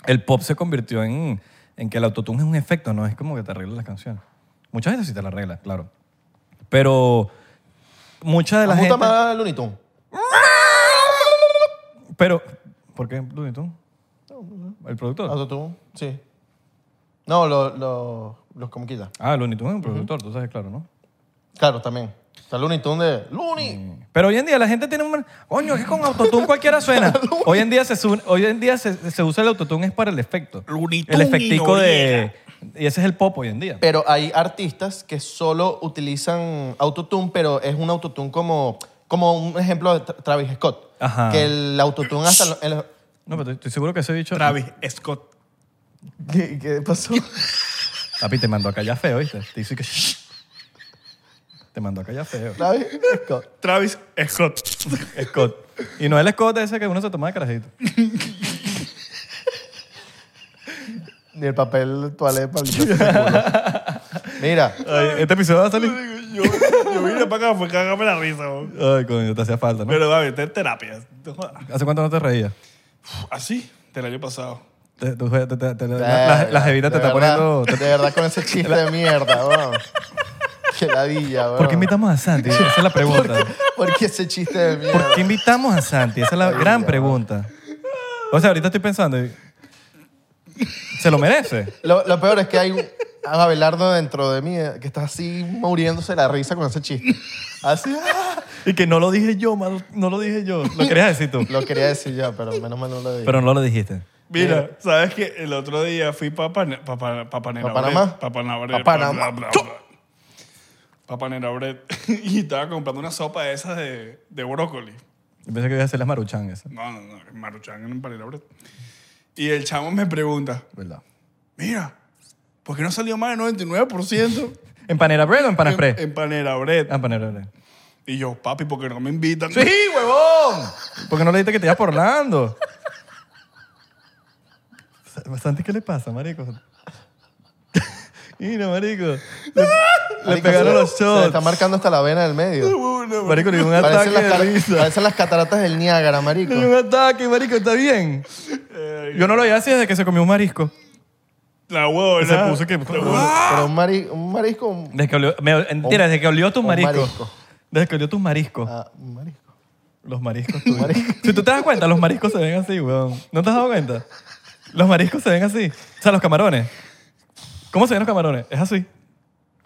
el pop se convirtió en, en que el autotune es un efecto, no es como que te arregla las canciones. Mucha gente sí te la arregla, claro. Pero mucha de la Me gusta gente. más Looney Tunes. Pero, ¿por qué Looney Tunes? ¿El productor? Autotune, sí. No, lo- lo- los comiquitas. Ah, Looney Tunes es un productor, tú sabes, claro, ¿no? Claro, también. Está Looney Tunes de... ¡Looney! Pero hoy en día la gente tiene un... Coño, es que con autotune cualquiera suena. Hoy en día se, su- hoy en día se, se usa el autotune es para el efecto. Looney El Tunes y efectico de... Y ese es el pop hoy en día. Pero hay artistas que solo utilizan autotune, pero es un autotune como, como un ejemplo de Tra- Travis Scott. Ajá. Que el autotune hasta... lo- en los- No, pero estoy seguro que ese bicho... Travis Scott. ¿Qué, qué pasó? Papi, te mandó a callar feo, ¿viste? Te hizo y que... Te mandó a callar feo. Travis Scott. Travis Scott. Scott. Y no el Scott ese que uno se toma de carajito. Ni el papel toalé para el Mira, Ay, este episodio va a salir... Yo, yo vine para acá, fue cagarme la risa. bro. Ay, coño, te hacía falta, ¿no? Pero, David, te terapias. No jodas. ¿Hace cuánto no te reías? Así, del año pasado. Te- tú- te- te- te- la- la- la jevita te de está verdad, poniendo... te- De verdad, con ese chiste de mierda, weón. Qué ladilla, weón. ¿Por qué invitamos a Santi? Esa es la pregunta. ¿Por qué ese chiste de mierda? ¿Por qué invitamos a Santi? Esa es la gran pregunta. O sea, ahorita estoy pensando. y- ¿Se lo merece? Lo, lo peor es que hay un a Abelardo dentro de mí eh, que está así muriéndose la risa con ese chiste. Así, ah. Y que no lo dije yo, mano, no lo dije yo. Lo querías decir tú. Lo quería decir yo, pero menos mal no lo dije. Pero no lo dijiste. Mira, Eh. ¿sabes que El otro día fui para Panamá. ¿Pa Panamá? Para ¿Pa Panamá? y estaba comprando una sopa de esas de, de brócoli. Yo pensé que ibas a hacer las maruchan esas. No, no, no, Maruchan en Panamá. Y el chamo me pregunta, ¿Verdad? mira, ¿por qué no salió más del 99% ¿En panera bread o en en, panaspre? en Panera Bread? Ah, en panera bread. Y yo, papi, ¿por qué no me invitan? ¡Sí, huevón! ¿Por qué no le dijiste que te ibas por Orlando? Santi, ¿qué le pasa, marico? Mira, marico. Le, le Marico, pegaron se- los se le shots. está marcando hasta la vena del medio. Marico, le dio un ataque Parecen las, de car- risa. parecen las cataratas del Niágara, marico. Le dio un ataque, marico, está bien. Yo no lo veía así desde que se comió un marisco. La huevo, Se puso que... Pero un, mari- un marisco... un- Desde que olió, me- mentira, desde que olió tus un mariscos. marisco. Desde que olió tus mariscos. ah, un marisco. Los mariscos tuyos. Si tú te das cuenta, los mariscos se ven así, weón. ¿No te has dado cuenta? Los mariscos se ven así. O sea, los camarones. ¿Cómo se ven los camarones? Es así.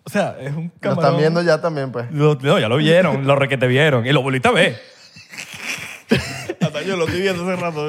O sea, es un Lo camarón. están viendo ya también, pues. Lo- no, ya lo vieron, lo requete vieron. Y lo bolita ve. Hasta yo lo estoy viendo hace rato.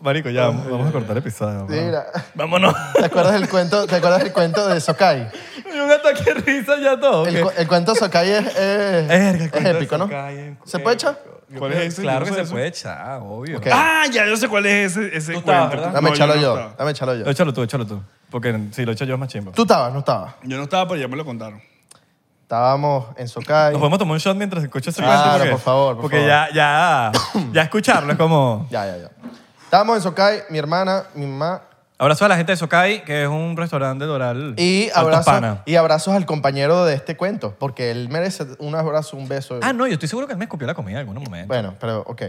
Marico, ya, vamos a cortar el episodio. weón. Mira, Vámonos. ¿te acuerdas el cuento, ¿te acuerdas el cuento de Sokai? Y un ataque de risa ya todo. El, ¿ok? cu- el cuento de Sokai es, es- Verga, el cuento es de épico, ¿no? Sokai es ¿Se puede echar? Yo ¿Cuál creo- es ese? Claro Yo que no se sé puede echar, obvio. Ok. Ah, ya yo sé cuál es ese, ese Tú cuento. estabas, ¿verdad? Dame No, echarlo no yo, estaba. dame echarlo yo. Échalo tú, échalo tú. Porque si lo echo yo es más chimbo. Tú estabas, no estabas. Yo no estaba, pero ya me lo contaron. Estábamos en Sokai. Nos podemos tomar un shot mientras escuchas ese Claro, cuento, porque- por favor, por porque favor. ya, ya, ya escucharlo es como... Ya, ya, ya. Estábamos en Sokai, mi hermana, mi mamá Abrazo a la gente de Sokai, que es un restaurante doral. y Altos abrazos, Panas. y abrazos al compañero de este cuento, porque él merece un abrazo, un beso. Ah, no, yo estoy seguro que él me escupió la comida en algún momento. Bueno, pero ok.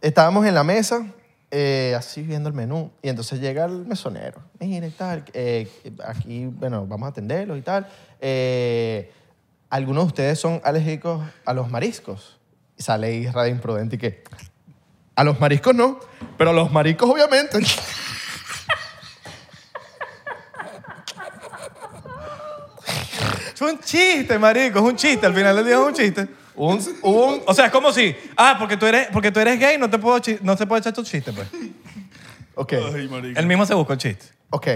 Estábamos en la mesa, eh, así viendo el menú, y entonces llega el mesonero. Mira y tal, eh, aquí, bueno, vamos a atenderlos y tal. Eh, Algunos de ustedes son alérgicos a los mariscos. Y sale Isra de imprudente y que, a los mariscos no, pero a los mariscos obviamente. Es un chiste, marico, es un chiste. Al final del día es un chiste. un, un, O sea, es como si, ah, porque tú eres, porque tú eres gay, no te puedo, chi- no te puedo echar tu chiste, pues. ok, Ay, marico. Él mismo se buscó el chiste. ok.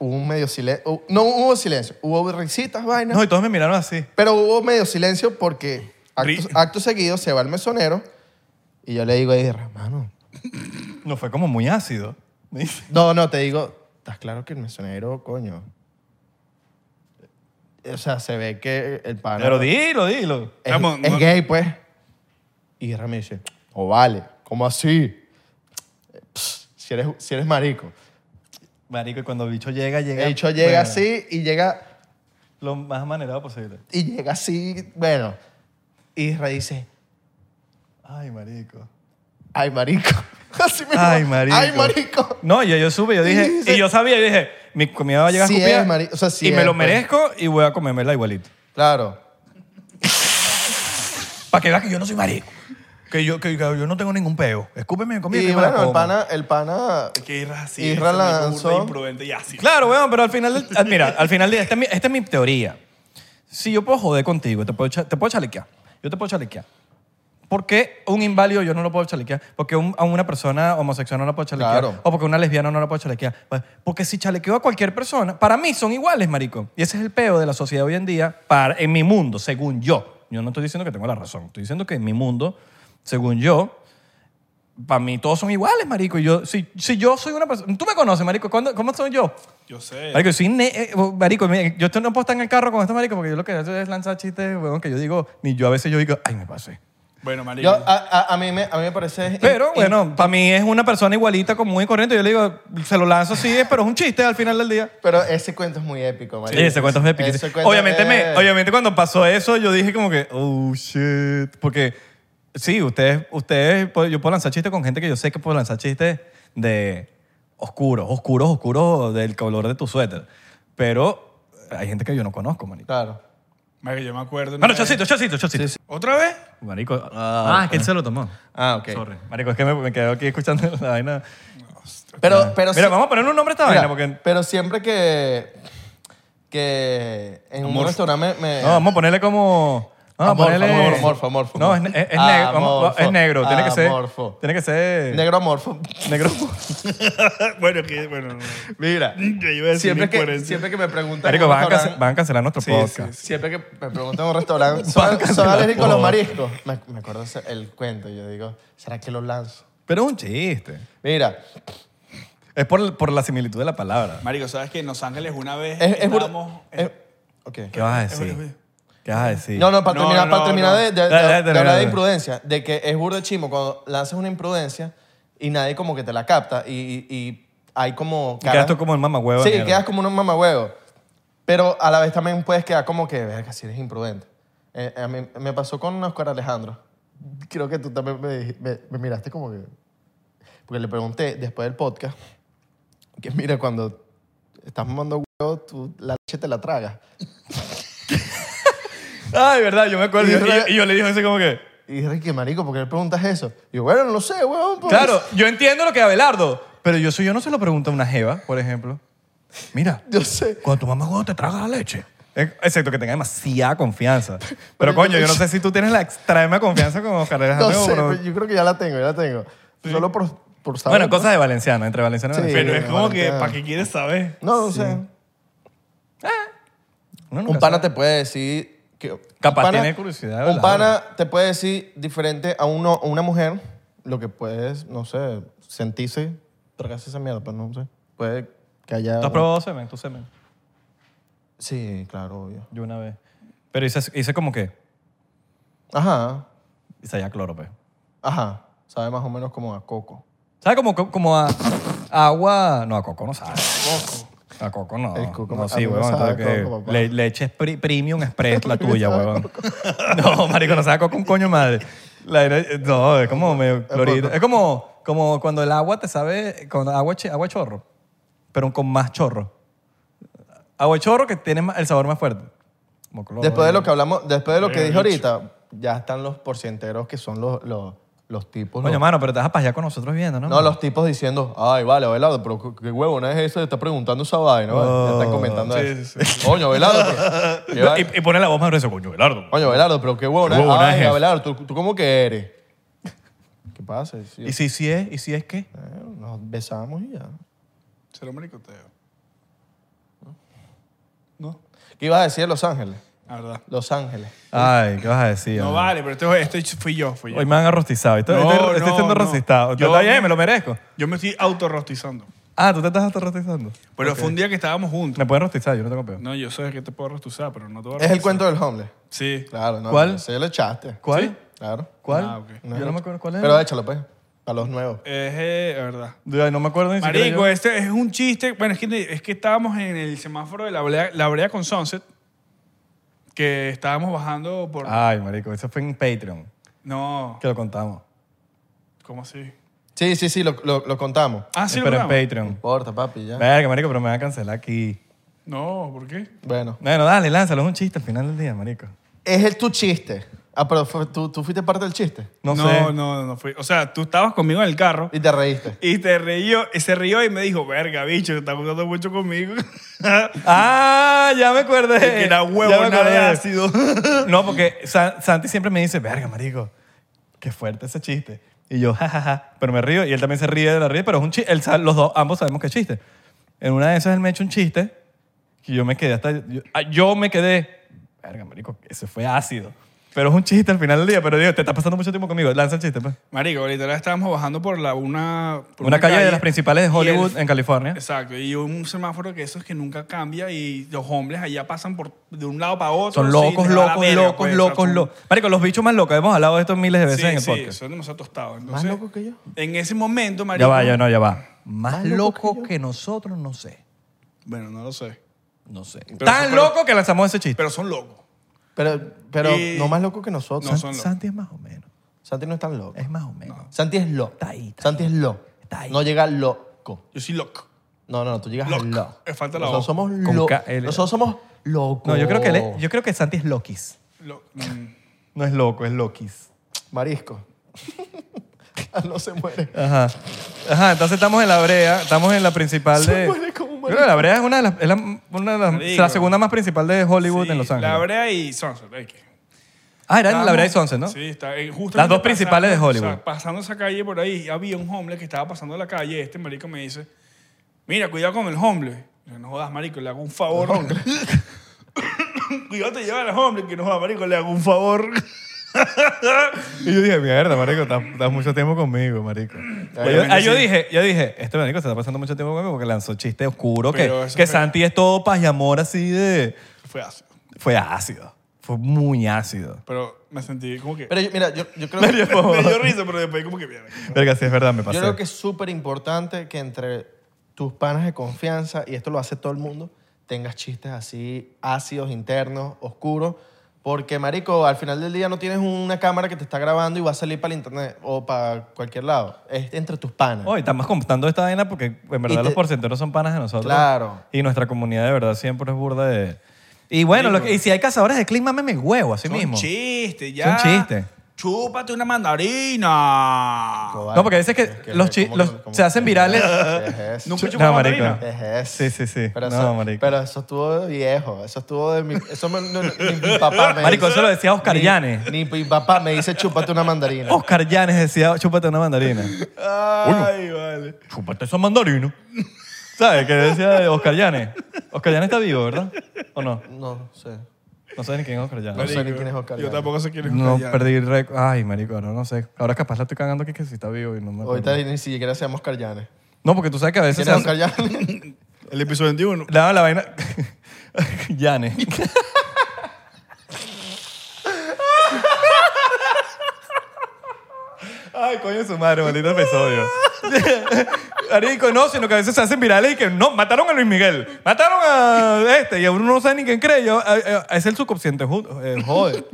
Hubo un medio silencio, no hubo silencio, hubo risitas, vainas. No, y todos me miraron así. Pero hubo medio silencio porque acto, Ri- acto seguido se va el mesonero y yo le digo a Isra, mano. No fue como muy ácido. Me dice, No, no, te digo, estás claro que el mesonero, coño. O sea, se ve que el pana Pero dilo, dilo. es, Vamos, es no- gay, pues. Y Isra me dice, o vale, ¿cómo así? Pss, si, eres, si eres marico. Marico, y cuando el bicho llega, llega. El hecho llega bueno, así y llega Lo más manerado posible. y llega así, bueno. Isra dice, Ay, marico. ay, marico. Así mismo, Ay, marico. Ay, marico. No, yo, yo supe, yo dije, Sí, sí. y yo sabía, yo dije, mi comida va a llegar Sí escupida, es, mari- o sea, sí y me es, lo pues. merezco y voy a comérmela igualito. Claro. Para que veas que yo no soy marico. Que yo, que, que yo no tengo ningún peo. Escúpeme comida. que Y yo me la bueno, el como. pana, el pana Que Isra así. Isra se me burla lanzó- e imprudente y así. Claro, weón, pero al final, del- ah, mira, al final, del- esta es mi, esta es mi teoría. Si yo puedo joder contigo, te puedo, cha- te puedo chalequear, yo te puedo chalequear. ¿Por qué un inválido yo no lo puedo chalequear? ¿Por qué un- a una persona homosexual no la puedo chalequear? Claro. ¿O porque una lesbiana no la puedo chalequear? Pues, Porque si chalequeo a cualquier persona, para mí son iguales, marico. Y ese es el peo de la sociedad hoy en día para, en mi mundo, según yo. Yo no estoy diciendo que tengo la razón. Estoy diciendo que en mi mundo, según yo, para mí todos son iguales, marico. Y yo, si, si yo soy una persona... Tú me conoces, marico. ¿Cuándo- ¿Cómo soy yo? Yo sé. Marico, yo soy ne- eh, marico, mira, yo esto no puedo estar en el carro con estos maricos porque yo lo que hago es lanzar chistes, weón, que yo digo, ni yo a veces yo digo, ay, me pasé. Bueno, marico. Yo, a, a- a mí me, a mí me parece... Pero in- bueno, para mí es una persona igualita, como muy corriente. Yo le digo, se lo lanzo así, es, pero es un chiste al final del día. in- pero ese cuento es muy épico, marico. Sí, ese cuento es épico. Ese cuento Obviamente, me, es- obviamente cuando pasó eso, yo dije como que, oh, shit. Porque, sí, ustedes, ustedes, pues, yo puedo lanzar chistes con gente que yo sé que puedo lanzar chistes de oscuros, oscuros, oscuros del color de tu suéter. Pero hay gente que yo no conozco, marico. Claro. Marico, yo me acuerdo. Bueno, una vez- chocito, chocito, chocito. ¿Otra vez? Marico. Ah, es que él se lo tomó. Ah, ok. Sorry. Marico, es que me, me quedo aquí escuchando la vaina. Pero, pero Ah. Mira, sí- vamos a ponerle un nombre a esta mira, vaina porque. Pero siempre que... Que en un Amorfo. restaurante me... me- No, vamos a ponerle como. Vamos Amorfo, a ponerle. amorfo, amorfo, amorfo. No, es, ne- es- es negro. vamos- Amorfo, es negro. Tiene que ser. amorfo. Tiene que ser. Negro amorfo. Negro. Ah, bueno, que, bueno. no. Mira. Yo iba a decir Siempre que, incoherencia. siempre que me preguntan... Marico, en un van a, cance- restaurante- van a cancelar nuestro Sí, podcast. Siempre que me preguntan en un restaurante, ¿son, son alérgicos a los mariscos? Me, me acuerdo ese- el cuento y yo digo, ¿será que lo lanzo? Pero es un chiste. Mira, Es por, por la similitud de la palabra. Marico, ¿sabes que en Los Ángeles una vez es, es burda- estábamos... es- ok. ¿Qué vas a Es bueno, es decir? ¿Qué vas a decir? No, no, para No, terminar, no, para terminar no. de, de- de- Dale, dale, de dale, hablar dale. de imprudencia, de que es burda de chimo cuando lanzas una imprudencia y nadie como que te la capta y, y- y hay como... Y Quedas tú como el mamahuevo. Sí, de mierda. quedas como un mamahuevo. Pero a la vez también puedes quedar como que, verga, si eres imprudente. Eh, a mí me pasó con Oscar Alejandro. Creo que tú también me, dij- me- me miraste como que... Porque le pregunté después del podcast que, mira, cuando estás mamando huevo, tú la leche te la tragas. Ay, verdad, yo me acuerdo. Y yo, Y- y yo le dije así como que. Y dije, Ricky, marico, ¿por qué le preguntas eso? Y yo, bueno, no lo sé, huevón. pues". Claro, yo entiendo lo que Abelardo, pero yo soy yo no se lo pregunto a una jeva, por ejemplo. Mira, Yo sé. cuando tu mamá cuando te traga la leche. Eh, Excepto que tenga demasiada confianza. Pero Pero coño, yo- yo no sé si tú tienes la extrema confianza con Oscar No Alejandro. sé, pero- pero yo creo que ya la tengo, ya la tengo. Solo por, por saber. Bueno, pues. cosas de valenciano, entre valenciano y Sí. valenciano. Pero es como que, Valentina. ¿para qué quieres saber? No, no sé. Uno nunca Un pana sabe. te puede decir que... Capaz un pana- tiene curiosidad, Un ¿verdad? pana te puede decir diferente a, uno, a una mujer lo que puedes, no sé, sentirse, tragarse esa mierda, pues no sé. Puede que haya... ¿Tú has probado semen? ¿Tú semen? Sí, claro, obvio. Yo una vez. Pero hice, hice como que... Ajá, Y sabía cloro, pues. ajá. Sabe más o menos como a coco. ¿Sabes? Como, como a a agua... No, a coco no sabe. Poco. A coco no. El coco no, me- a sí, mí me huevón. sabe entonces a que coco, papá. le, leche es pri- premium express, la tuya, huevón. no, marico, no sabe a coco un coño madre. La era- no, es como medio clorito. Es como, como cuando el agua te sabe, con agua, chi- agua chorro, pero con más chorro. Agua chorro que tiene más- el sabor más fuerte. Como cloro, Después de lo que hablamos, después de lo que Eh, Bien dije dicho. ahorita, ya están los porcienteros que son los, los, los tipos. Coño, los- mano, pero te vas a pasear con nosotros viendo, ¿no? no, los tipos diciendo, ay, vale, Abelardo, pero qué- qué huevo, no es eso, está preguntando esa vaina, ¿vale? Ya Oh, están comentando Sí, eso. sí, Coño, Abelardo, pero, ¿qué va- Y, y pone la voz más gruesa, coño, Belardo. Coño, Abelardo, pero qué huevo, no es, Huevo, no es ay, eso. Abelardo, ¿tú, ¿tú cómo que eres? ¿Qué pasa? Sí, ¿Y si, si es? ¿Y si es qué? eh, nos besamos y ya. Será un maricoteo. No. ¿Qué ibas a decir de Los Ángeles? La verdad. Los Ángeles. Ay, ¿qué vas a decir? No hombre? vale, pero esto, esto fui yo, fui yo. Hoy me han arrostizado. Estoy, No, estoy- estoy no, siendo no. rostizado. Yo- Está bien, me lo merezco. Yo me estoy autorrostizando. Ah, tú te estás rostizando. Pero fue un día que estábamos juntos. Me pueden rostizar, yo no tengo peor. No, yo sé que te puedo rostizar, pero no te voy a Es el rostizar. cuento del homeless. Sí. Claro, no. ¿Cuál? Se lo echaste. ¿Cuál? Claro. ¿Cuál? Ah, ok. Yo no me acuerdo cuál es. Pero échalo, pues, para los nuevos. Es, eh, la verdad. Ay, no me acuerdo ni siquiera Marico, yo. este es un chiste. Bueno, es que, es que estábamos en el semáforo de la brea, la Brea con Sunset, que estábamos bajando por... Ay, marico, eso fue en Patreon No, que lo contamos. ¿cómo así? Sí, sí, sí, lo, lo, lo contamos. Ah, sí, lo pero en grabamos? No Patreon. importa, papi, ya. Verga, marico, pero me van a cancelar aquí. No, ¿por qué? Bueno, Bueno, dale, lánzalo, es un chiste al final del día, marico. es el tu chiste. Ah, pero fue- tú, tú fuiste parte del chiste. No, no, sé. no, no, no fui. O sea, tú estabas conmigo en el carro Y te reíste. y te reíó, y se rió y me dijo, verga, bicho, te estás jugando mucho conmigo. Ah, ya me acordé. que era huevo Ya me acordé. de ácido. No, porque Sa- Santi siempre me dice, verga, marico, qué fuerte ese chiste. Y yo, jajaja, pero me río. Y él también se ríe de la risa, pero es un chiste. Él sa- Los dos, ambos sabemos que es chiste. En una de esas él me echa un chiste que yo me quedé hasta... Yo, ah, yo me quedé, verga, marico, ese fue ácido. Pero es un chiste al final del día. Pero digo, te estás pasando mucho tiempo conmigo. Lanza el chiste, pues. Marico, ahorita estábamos bajando por la una... por Una calle de las principales de y el- Hollywood, en California. Exacto, y un semáforo que eso es que nunca cambia y los hombres allá pasan por de un lado para otro. Son sí, locos, les da la locos, verga, locos, pues, o locos, sea, son- locos. Marico, los bichos más locos. Hemos hablado de esto miles de veces en Sí, el sí, podcast. son demasiado tostados. Más Entonces, loco que yo. En ese momento, marico... Ya va, ya no, ya va. Más, loco loco que que, nosotros, no sé. Bueno, no lo sé. No sé. Pero- Tan pero- loco que lanzamos ese chiste. Pero son locos. Pero, pero Y- no más loco que nosotros. No San- son locos. Santi es más o menos. Santi no es tan loco. Es más o menos. Santi es lo. Está ahí, está Santi es lo. Está ahí. No llega loco. Yo soy loco. No, no, no, tú llegas Loc. al lo. Eh, falta la Nosotros O. somos Con lo. K, L. Nosotros somos locos. No, yo creo, que él Oh. es- yo creo que Santi es Lokis. Lo- mm. No es loco, es Lokis. Marisco. Ah, no se muere. Ajá. Ajá, entonces estamos en la brea, estamos en la principal Se de... muere como un Creo que la brea es una de las... Es la, una de las- Marico. la segunda más principal de Hollywood Sí, en Los La Ángeles. Brea y Sunset. hay que- Ah, era la Estábamos- brea y Sunset, ¿no? Sí, está, eh, justamente Las dos pasando- principales de Hollywood. o sea, pasando esa calle por ahí, había un homeless que estaba pasando la calle. Este marico me dice, mira, cuidado con el homeless. Yo, no jodas, marico, le hago un favor. cuidado te lleva al homeless, que no jodas, marico, le hago un favor. Y yo dije, mierda, marico, estás, estás mucho tiempo conmigo, marico. Ahí yo, ven que ah, yo sí. dije, yo dije, este marico se está pasando mucho tiempo conmigo porque lanzó chiste oscuro que, Pero eso que fue- Santi es todo paz y amor así de... Fue así. Fue ácido. Fue muy ácido. Pero me sentí como que... Pero yo- mira, yo, yo creo que, me dio risa, pero después como que... mierda. Verga, sí, es verdad, me pasó. yo creo que es súper importante que entre tus panas de confianza, y esto lo hace todo el mundo, tengas chistes así ácidos, internos, oscuros. Porque, marico, al final del día no tienes una cámara que te está grabando y va a salir para el internet o para cualquier lado. Es entre tus panas. Hoy estamos contando esta vaina porque en verdad te- los porcenteros son panas de nosotros. Claro. Y nuestra comunidad de verdad siempre es burda de... Y bueno, lo que- y si hay cazadores de clima, mames mi huevo, así Son mismo. chistes, Son ya. chistes. Chúpate una mandarina. Vale. No, porque a veces que Es los ¿cómo chi- que- los- cómo se hacen que- virales. Es eso. Nunca he No, chupado marico. mandarina. Es eso. Sí, sí, sí. Pero, No, eso, marico. pero eso estuvo de viejo. Eso estuvo de mi... Eso me- no, no, ni mi papá me Marico, dice. eso lo decía Oscar Ni- Llanes. Ni, mi papá me dice, chúpate una mandarina. Oscar Llanes decía, chúpate una mandarina. Ay, vale. chúpate esa mandarina. ¿Sabes qué decía Oscar Llanes? Oscar Llanes está vivo, ¿verdad? ¿O no? No sé. No sé ni quién es Oscar No Llanes. sé ni quién es Oscar Yo Llanes. tampoco sé quién es No, Oscar Llanes. perdí el récord. Ay, marico, ahora no sé. Ahora capaz la estoy cagando aquí que sí está vivo y no me acuerdo. Ahorita ni siquiera se llama Oscar Llanes. No, porque tú sabes que a veces... ¿Quién se es hace- Oscar Llanes? El episodio 21. No, la vaina... Llanes. Ay, coño su madre, maldito episodio. Marico, no, sino que a veces se hacen virales y que no, mataron a Luis Miguel, mataron a este, y uno no sabe ni quién cree. Yo, a- a- es el subconsciente, ju- eh, jode.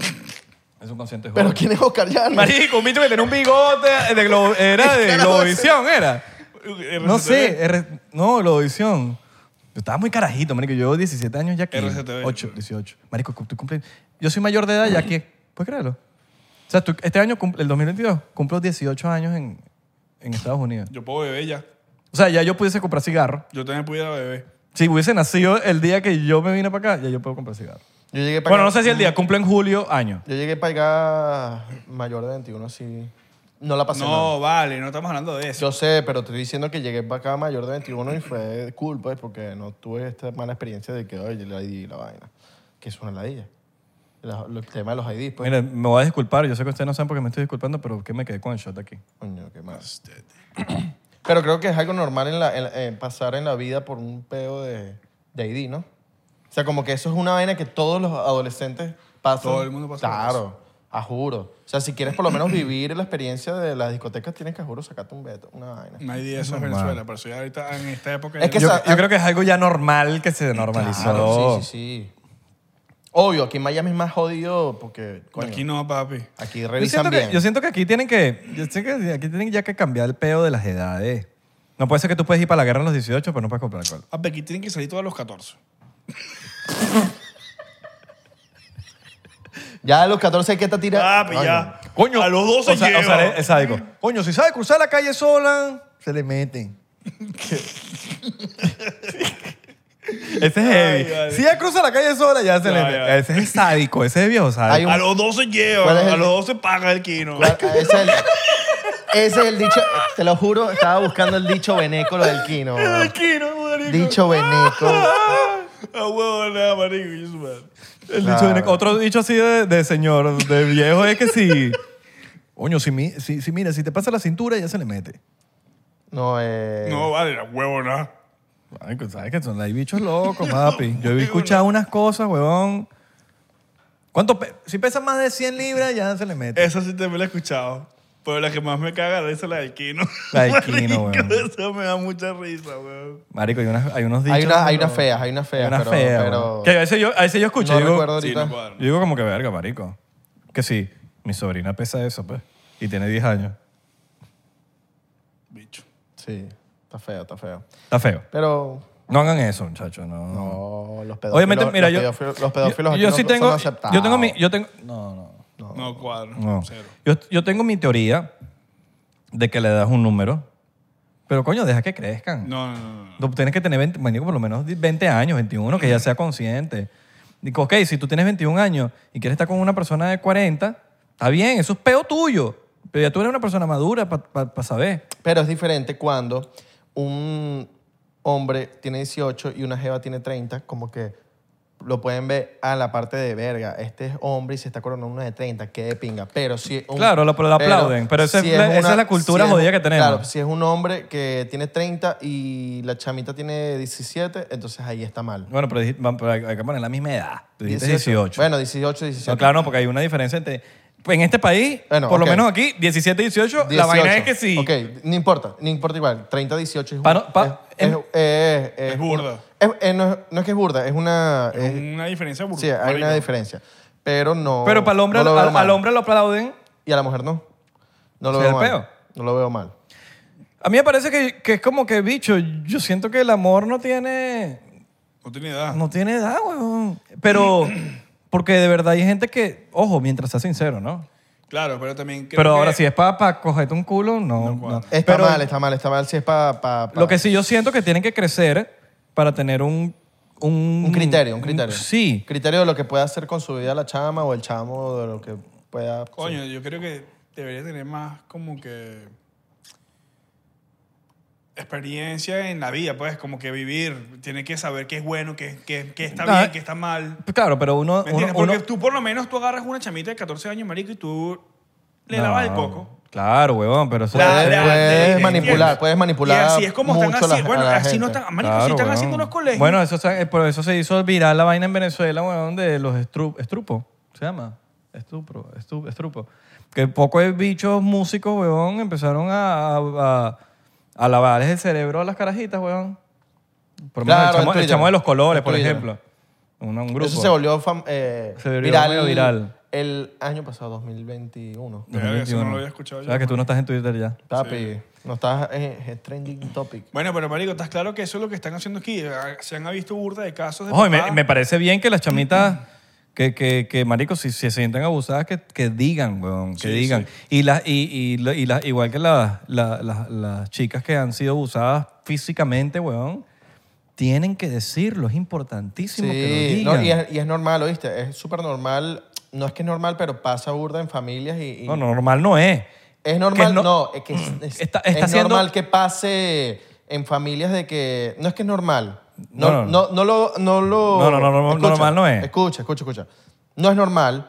Es un consciente jode. ¿Pero quién es Oscar Llanes? Marico, un bicho que tenía un bigote de Glo- era de Globovisión, era. Eh, No sé, R- no, Globovisión. Yo estaba muy carajito, marico. Yo 17 años ya que... RCTV. 8, 18. Marico, tú cumples... Yo soy mayor de edad ya que... ¿Puedes creerlo? O sea, tú- este año, cum- el 2022, cumplo 18 años en, en Estados Unidos. Yo puedo beber ya. O sea, ya yo pudiese comprar cigarro. Yo también pudiera beber. Si hubiese nacido el día que yo me vine para acá, ya yo puedo comprar cigarro. Yo llegué para Bueno, no sé si el día, cumplo en julio, año. Yo llegué para acá mayor de 21, así. No la pasé mal. No, vale, no estamos hablando de eso. Yo sé, pero te estoy diciendo que llegué para acá mayor de 21 y fue cool, pues, porque no tuve esta mala experiencia de que, oye, el ID y la vaina, que es una ladilla. La- lo- el tema de los ID, pues. Miren, me voy a disculpar. Yo sé que ustedes no saben por qué me estoy disculpando, pero que me quedé con el shot aquí. Coño, qué más. Pero creo que es algo normal en la, en la- en pasar en la vida por un peo de, de ID, ¿no? O sea, como que eso es una vaina que todos los adolescentes pasan. Todo el mundo pasa por Claro, a juro. O sea, si quieres por lo menos vivir la experiencia de las discotecas, tienes que, a juro, sacarte un veto, una vaina. No hay 10 eso en Normal. Venezuela, pero eso ya ahorita en esta época. Es ya- que yo, esa- yo creo que es algo ya normal que se normalizó. Claro, sí, sí, sí. Obvio, aquí en Miami es más jodido porque, coño, Aquí aquí, no, papi. Yo revisan siento, que, bien. yo siento que aquí tienen que, yo sé que aquí tienen ya que cambiar el peo de las edades. No puede ser que tú puedes ir para la guerra a los 18, pero no puedes comprar alcohol. Ah, pero Aquí tienen que salir todos a los 14. Ya a los 14 hay que está tirando. Ah, pues ya. Coño. A los 12 o sea, lleva. o sea, es sádico. Coño, si sabe cruzar la calle sola, se le meten. ese es heavy. Ay, vale. Si ella cruza la calle sola, ya se Ya, le ya. mete. Ese es sádico, ese es viejo sádico. Hay un- A los 12 lleva. ¿Cuál es A el- los 12 paga el quino. Ese es, el, ese es el dicho. Te lo juro, estaba buscando el dicho veneco, lo del Kino. bro. El quino, marico. Dicho veneco. A huevo, nada, marico. y su madre. El dicho Claro. viene- otro dicho así de, de señor, de viejo, es que si. Coño, si, mi- si, si mira, si te pasa la cintura, ya se le mete. No, eh. No, vale, a huevo, nada. Ay, que ¿Sabes que son? Hay bichos locos, papi. Yo he escuchado unas cosas, huevón. ¿Cuánto pe- si pesa más de 100 libras, ya se le mete. Esa sí te me la he escuchado. Pero la que más me caga la es la del Kino. La del Marico, Kino, weón. Eso me da mucha risa, weón. Marico, hay unas, hay unos dichos. Hay, una, hay pero- unas feas, hay unas feas. Hay unas pero, feas, pero huevón. Que a veces yo, a veces yo escucho. no y digo, recuerdo Sí, ahorita. no cuadra. yo digo como que verga, marico. Que sí, mi sobrina pesa eso, pues. Y tiene 10 años. Bicho. sí, está feo, está feo. Está feo. Pero No hagan eso, muchachos. no, los pedófilos. Obviamente, mira, los yo. pedófilos- los pedófilos yo, aquí yo no sí son tengo. aceptados. Yo tengo mi. Yo tengo. No, no. No cuadro. no. Cero. Yo, yo tengo mi teoría de que le das un número. Pero coño, deja que crezcan. No, no, no, no. Tú tienes que tener 20, marico, por lo menos 20 años, 21, que ya sea consciente. Digo, ok, si tú tienes 21 años y quieres estar con una persona de 40, está bien, eso es peo tuyo. Pero ya tú eres una persona madura para saber. Pero es diferente cuando un hombre tiene 18 y una jeva tiene 30, como que lo pueden ver a la parte de verga. Este es hombre y se está coronando una de 30, qué de pinga. Pero si un- Claro, lo- pero lo aplauden, pero esa es la- esa es la cultura un- jodida que tenemos. Claro, si es un hombre que tiene 30 y la chamita tiene 17, entonces ahí está mal. Bueno, pero, dijiste- vamos, pero hay hay que poner la misma edad. Tú dijiste 18. Bueno, 18, 17. No, claro, no, porque hay una diferencia entre. En este país, Bueno, por ok. lo menos aquí, 17, 18, la vaina es que sí. Ok, no importa, no importa igual. 30, 18 es Pa- una- no, pa- es, em- es- eh, eh, Es burda. es- eh, no, es, no es que es burda, es una. Eh, es- Una diferencia brutal. sí, hay una diferencia. Pero no. Pero para el hombre, no lo veo al, mal. al hombre lo aplauden. Y a la mujer no. No lo ¿Se veo ve el mal. peo? No lo veo mal. A mí me parece que, que es como que, bicho, yo siento que el amor no tiene. No tiene edad. No tiene edad, weón. Pero. Porque de verdad hay gente que. Ojo, mientras sea sincero, ¿no? Claro, pero también creo Pero ahora, que- si es para cogerte un culo, no. no. Está Pero mal, está mal, está mal si es para. Lo que sí yo siento que tienen que crecer para tener un. Un, Un criterio, un criterio. Sí. Criterio de lo que pueda hacer con su vida la chama o el chamo, de lo que pueda. Coño, yo creo que debería tener más como que experiencia en la vida, pues, como que vivir. Tiene que saber qué es bueno, qué, qué- qué está Ah, bien, qué está mal. Pues Claro, pero uno. ¿Me uno- entiendes? Porque uno- tú por lo menos tú agarras una chamita de 14 años, marico, y tú le No, lavas el coco. Claro, huevón, pero eso. Claro. La- la- puedes ¿me entiendes? manipular, puedes manipular Y así es como están mucho así. la- bueno, a la así no gente. están, marico, Claro, así están huevón. haciendo los colegios. Bueno, eso, se- eh, por eso se hizo viral la vaina en Venezuela, huevón, de los estru- estrupos. ¿Se llama? Estupro, estu- estrupo. Que poco de bichos músicos, huevón, empezaron a, a, a lavarles el cerebro a las carajitas, huevón. Por lo menos Claro, el, en chamo, el Twitter. chamo de los colores, En por Twitter. ejemplo. Un, un grupo. Eso se volvió, fam- eh, Se volvió medio viral, viral. el año pasado, 2021. Verga, eso no lo había escuchado O yo. sea, que tú no estás en Twitter ya. Papi, no estás en en trending topic. Bueno, pero marico, estás claro que eso es lo que están haciendo aquí. Ah, Se han visto burda de casos de Ojo, y me, papás. me parece bien que las chamitas, que, que, que marico, si, si se sienten abusadas, que, que digan, weón, que digan. Y, las, y, y, lo- y las- igual que las- la- las- las chicas que han sido abusadas físicamente, weón, tienen que decirlo, es importantísimo que lo Sí, digan. no, y, es, y es normal, ¿oíste? Es súper normal. No es que es normal, pero pasa burda en familias y... y- No, no, normal no es. Es normal, Que no- no, es que es, es- Está- está es siendo- normal que pase en familias de que... No es que es normal. No, No, no, no. no, lo... No, lo, No, no, no, no, normal no es. Escucha, escucha, escucha. No es normal,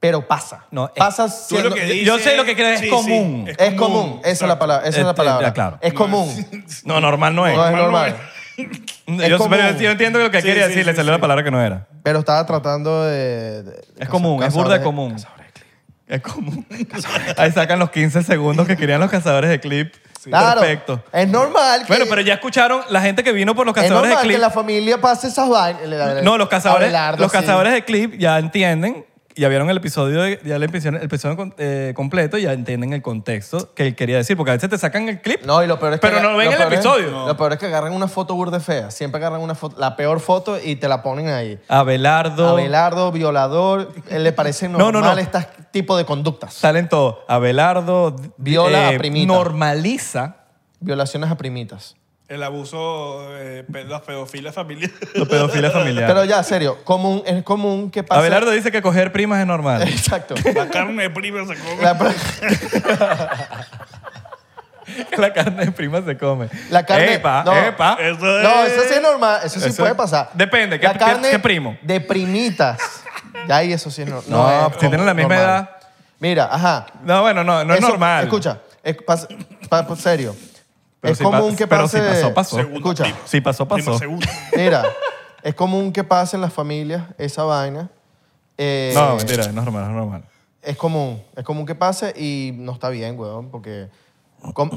pero pasa. No, es- pasa Tú lo siendo- que yo- dices- yo sé lo que crees, es común. Es común, esa es la exacto. palabra. Esa es la Este, palabra. ya, claro. Es No, común. No, normal no es. No es normal. normal. yo, es pero común. yo entiendo lo que Sí, quería sí, decir, le sí, salió sí. la palabra que no era. Pero estaba tratando de. de- Es casa- común, es burda cazadores- de común. Es común. Ahí sacan los 15 segundos que querían los cazadores de clip. Claro. Perfecto. Es normal que. Bueno, pero ya escucharon la gente que vino por los Eh, es cazadores de normal clip. que la familia pase esas vainas. No, los cazadores, Abelardo, los sí. cazadores de clip ya entienden ya vieron el episodio, de- ya el episodio, el episodio con- eh, completo y ya entienden el contexto que él quería decir, porque a veces te sacan el clip. No, y lo peor es que. Pero no ven el peor es- episodio. No. Lo peor es que agarran una foto burde fea. Siempre agarran una foto, la peor foto y te la ponen ahí. Abelardo. Abelardo, violador, eh, le parece No, no, normal no. este tipo de conductas. Salen todos. Abelardo. eh, Viola a primita. Normaliza Violaciones a primitas. El abuso, eh, pe- la pedofilia familiar. la pedofilia familiar. Pero ya, serio, común, es común que pase. Abelardo dice que coger primas es normal. Exacto. La carne de prima se come. La, que la carne de prima se come. la carne. Epa, no, epa. Eso es- No, eso sí es normal. Eso sí Eso- puede pasar. depende, ¿qué- La qué- carne qué primo? De primitas. Ya ahí eso sí es normal. No, si tienen la misma edad. Mira, ajá. No, bueno, no, no es Eso- normal. Escucha, es, pas- pa- pa- serio. Pero es si común pas- que pero pase. si pasó, pasó. Segundo Escucha, primo. Si pasó, Prima pasó. segunda. mira, es común que pase en las familias esa vaina. Eh, No, mentira, no es normal, no es normal. Es común, es común que pase y no está bien, weón, porque com-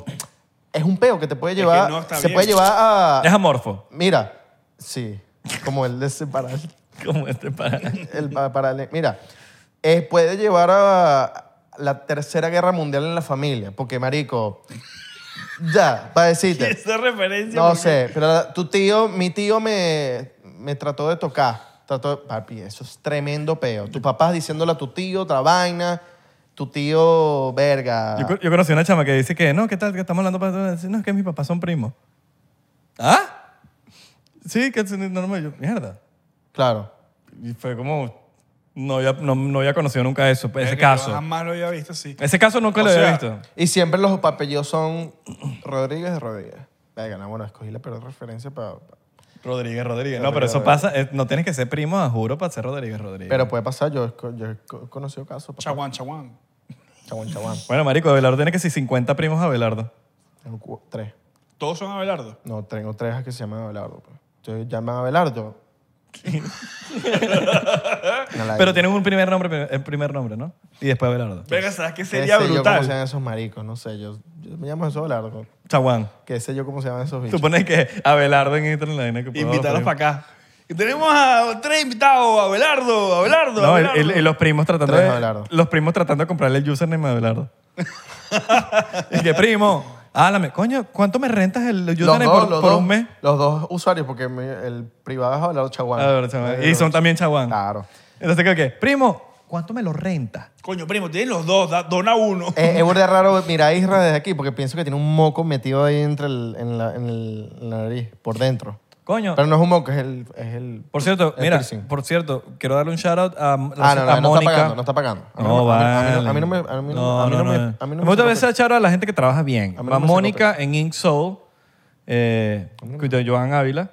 es un peo que te puede llevar. no está se bien. puede llevar a. Es amorfo. Mira, sí, como el de separar. Como este para. El pa- para mira, eh, puede llevar a la tercera guerra mundial en la familia, porque marico, ya, para decirte, Esa referencia. no porque- sé, pero la- tu tío, mi tío me, me trató de tocar, trató de- papi, eso es tremendo peo. Tu papá diciéndole a tu tío otra vaina, tu tío verga. Yo, co- yo conocí una chama que dice que, no, ¿qué tal? Que estamos hablando para... Dice, No, es que mis papás son primos. ¿Ah? Sí, que es normal. Yo, mierda. Claro. Y fue como... No había, no, no había conocido nunca eso, pues, ese Verga, yo caso. Jamás lo había visto así. Ese caso nunca O lo había sea, visto. Y siempre los apellidos son Rodríguez de Rodríguez. Venga, no, bueno, escogí la peor referencia para... Rodríguez, Rodríguez. No, pero eso pasa. eh, No tienes que ser primo, ah, juro, para ser Rodríguez, Rodríguez. Pero puede pasar, yo, esco- yo he co- conocido casos. papá. Chaguán, chaguán. Chabón, chabón. Bueno, marico, Abelardo tiene que ser 50 primos Abelardo. Tengo cu- tres. Todos son Abelardo. No, tengo tres que se llaman Abelardo. pues. Entonces llaman a Abelardo. Una ladilla. Pero tienen un primer nombre, pri- el primer nombre, ¿no? Y después Abelardo. Venga, ¿sabes qué ¿Qué sería sé yo cómo se brutal? llaman esos maricos? No sé, yo, yo me llamo Jesús Abelardo. Chaguán. ¿Qué sé yo cómo se llaman esos Tú bichos? pones que Abelardo en Internet. que por favor, Invitarlos primo. para acá. Y tenemos a tres invitados, Abelardo, Abelardo, No, Abelardo. y, y- y los primos tratando Tres de, Abelardo. Los primos tratando de comprarle el username a Abelardo. y que, primo, háblame. Coño, ¿cuánto me rentas el username por, por dos, un mes? los dos usuarios, porque mi- el privado es Abelardo Chaguán. A ver, chaguán. Y son también Chaguán. Claro. Entonces, ¿qué? qué? Primo, ¿cuánto me lo rentas? Coño, primo, tienen los dos, da- dona uno. Es, es burda de raro mirar a Isra desde aquí porque pienso que tiene un moco metido ahí entre el- en, la, en el- en la nariz, por dentro. Coño. Pero no es un moco, es el... Es el Por cierto, el mira, piercing. por cierto, quiero darle un shout out a, a Ah, no, no, no está Mónica. pagando, no está pagando. A mí No, no- a mí- a mí no- Oh, vale. a mí no me- a mí no- No, a mí no no, me- no. a mí no me gusta sacó veces shout out a la gente que trabaja bien. A mí no Va me sacó Mónica en Ink Soul, eh, de Joan Ávila,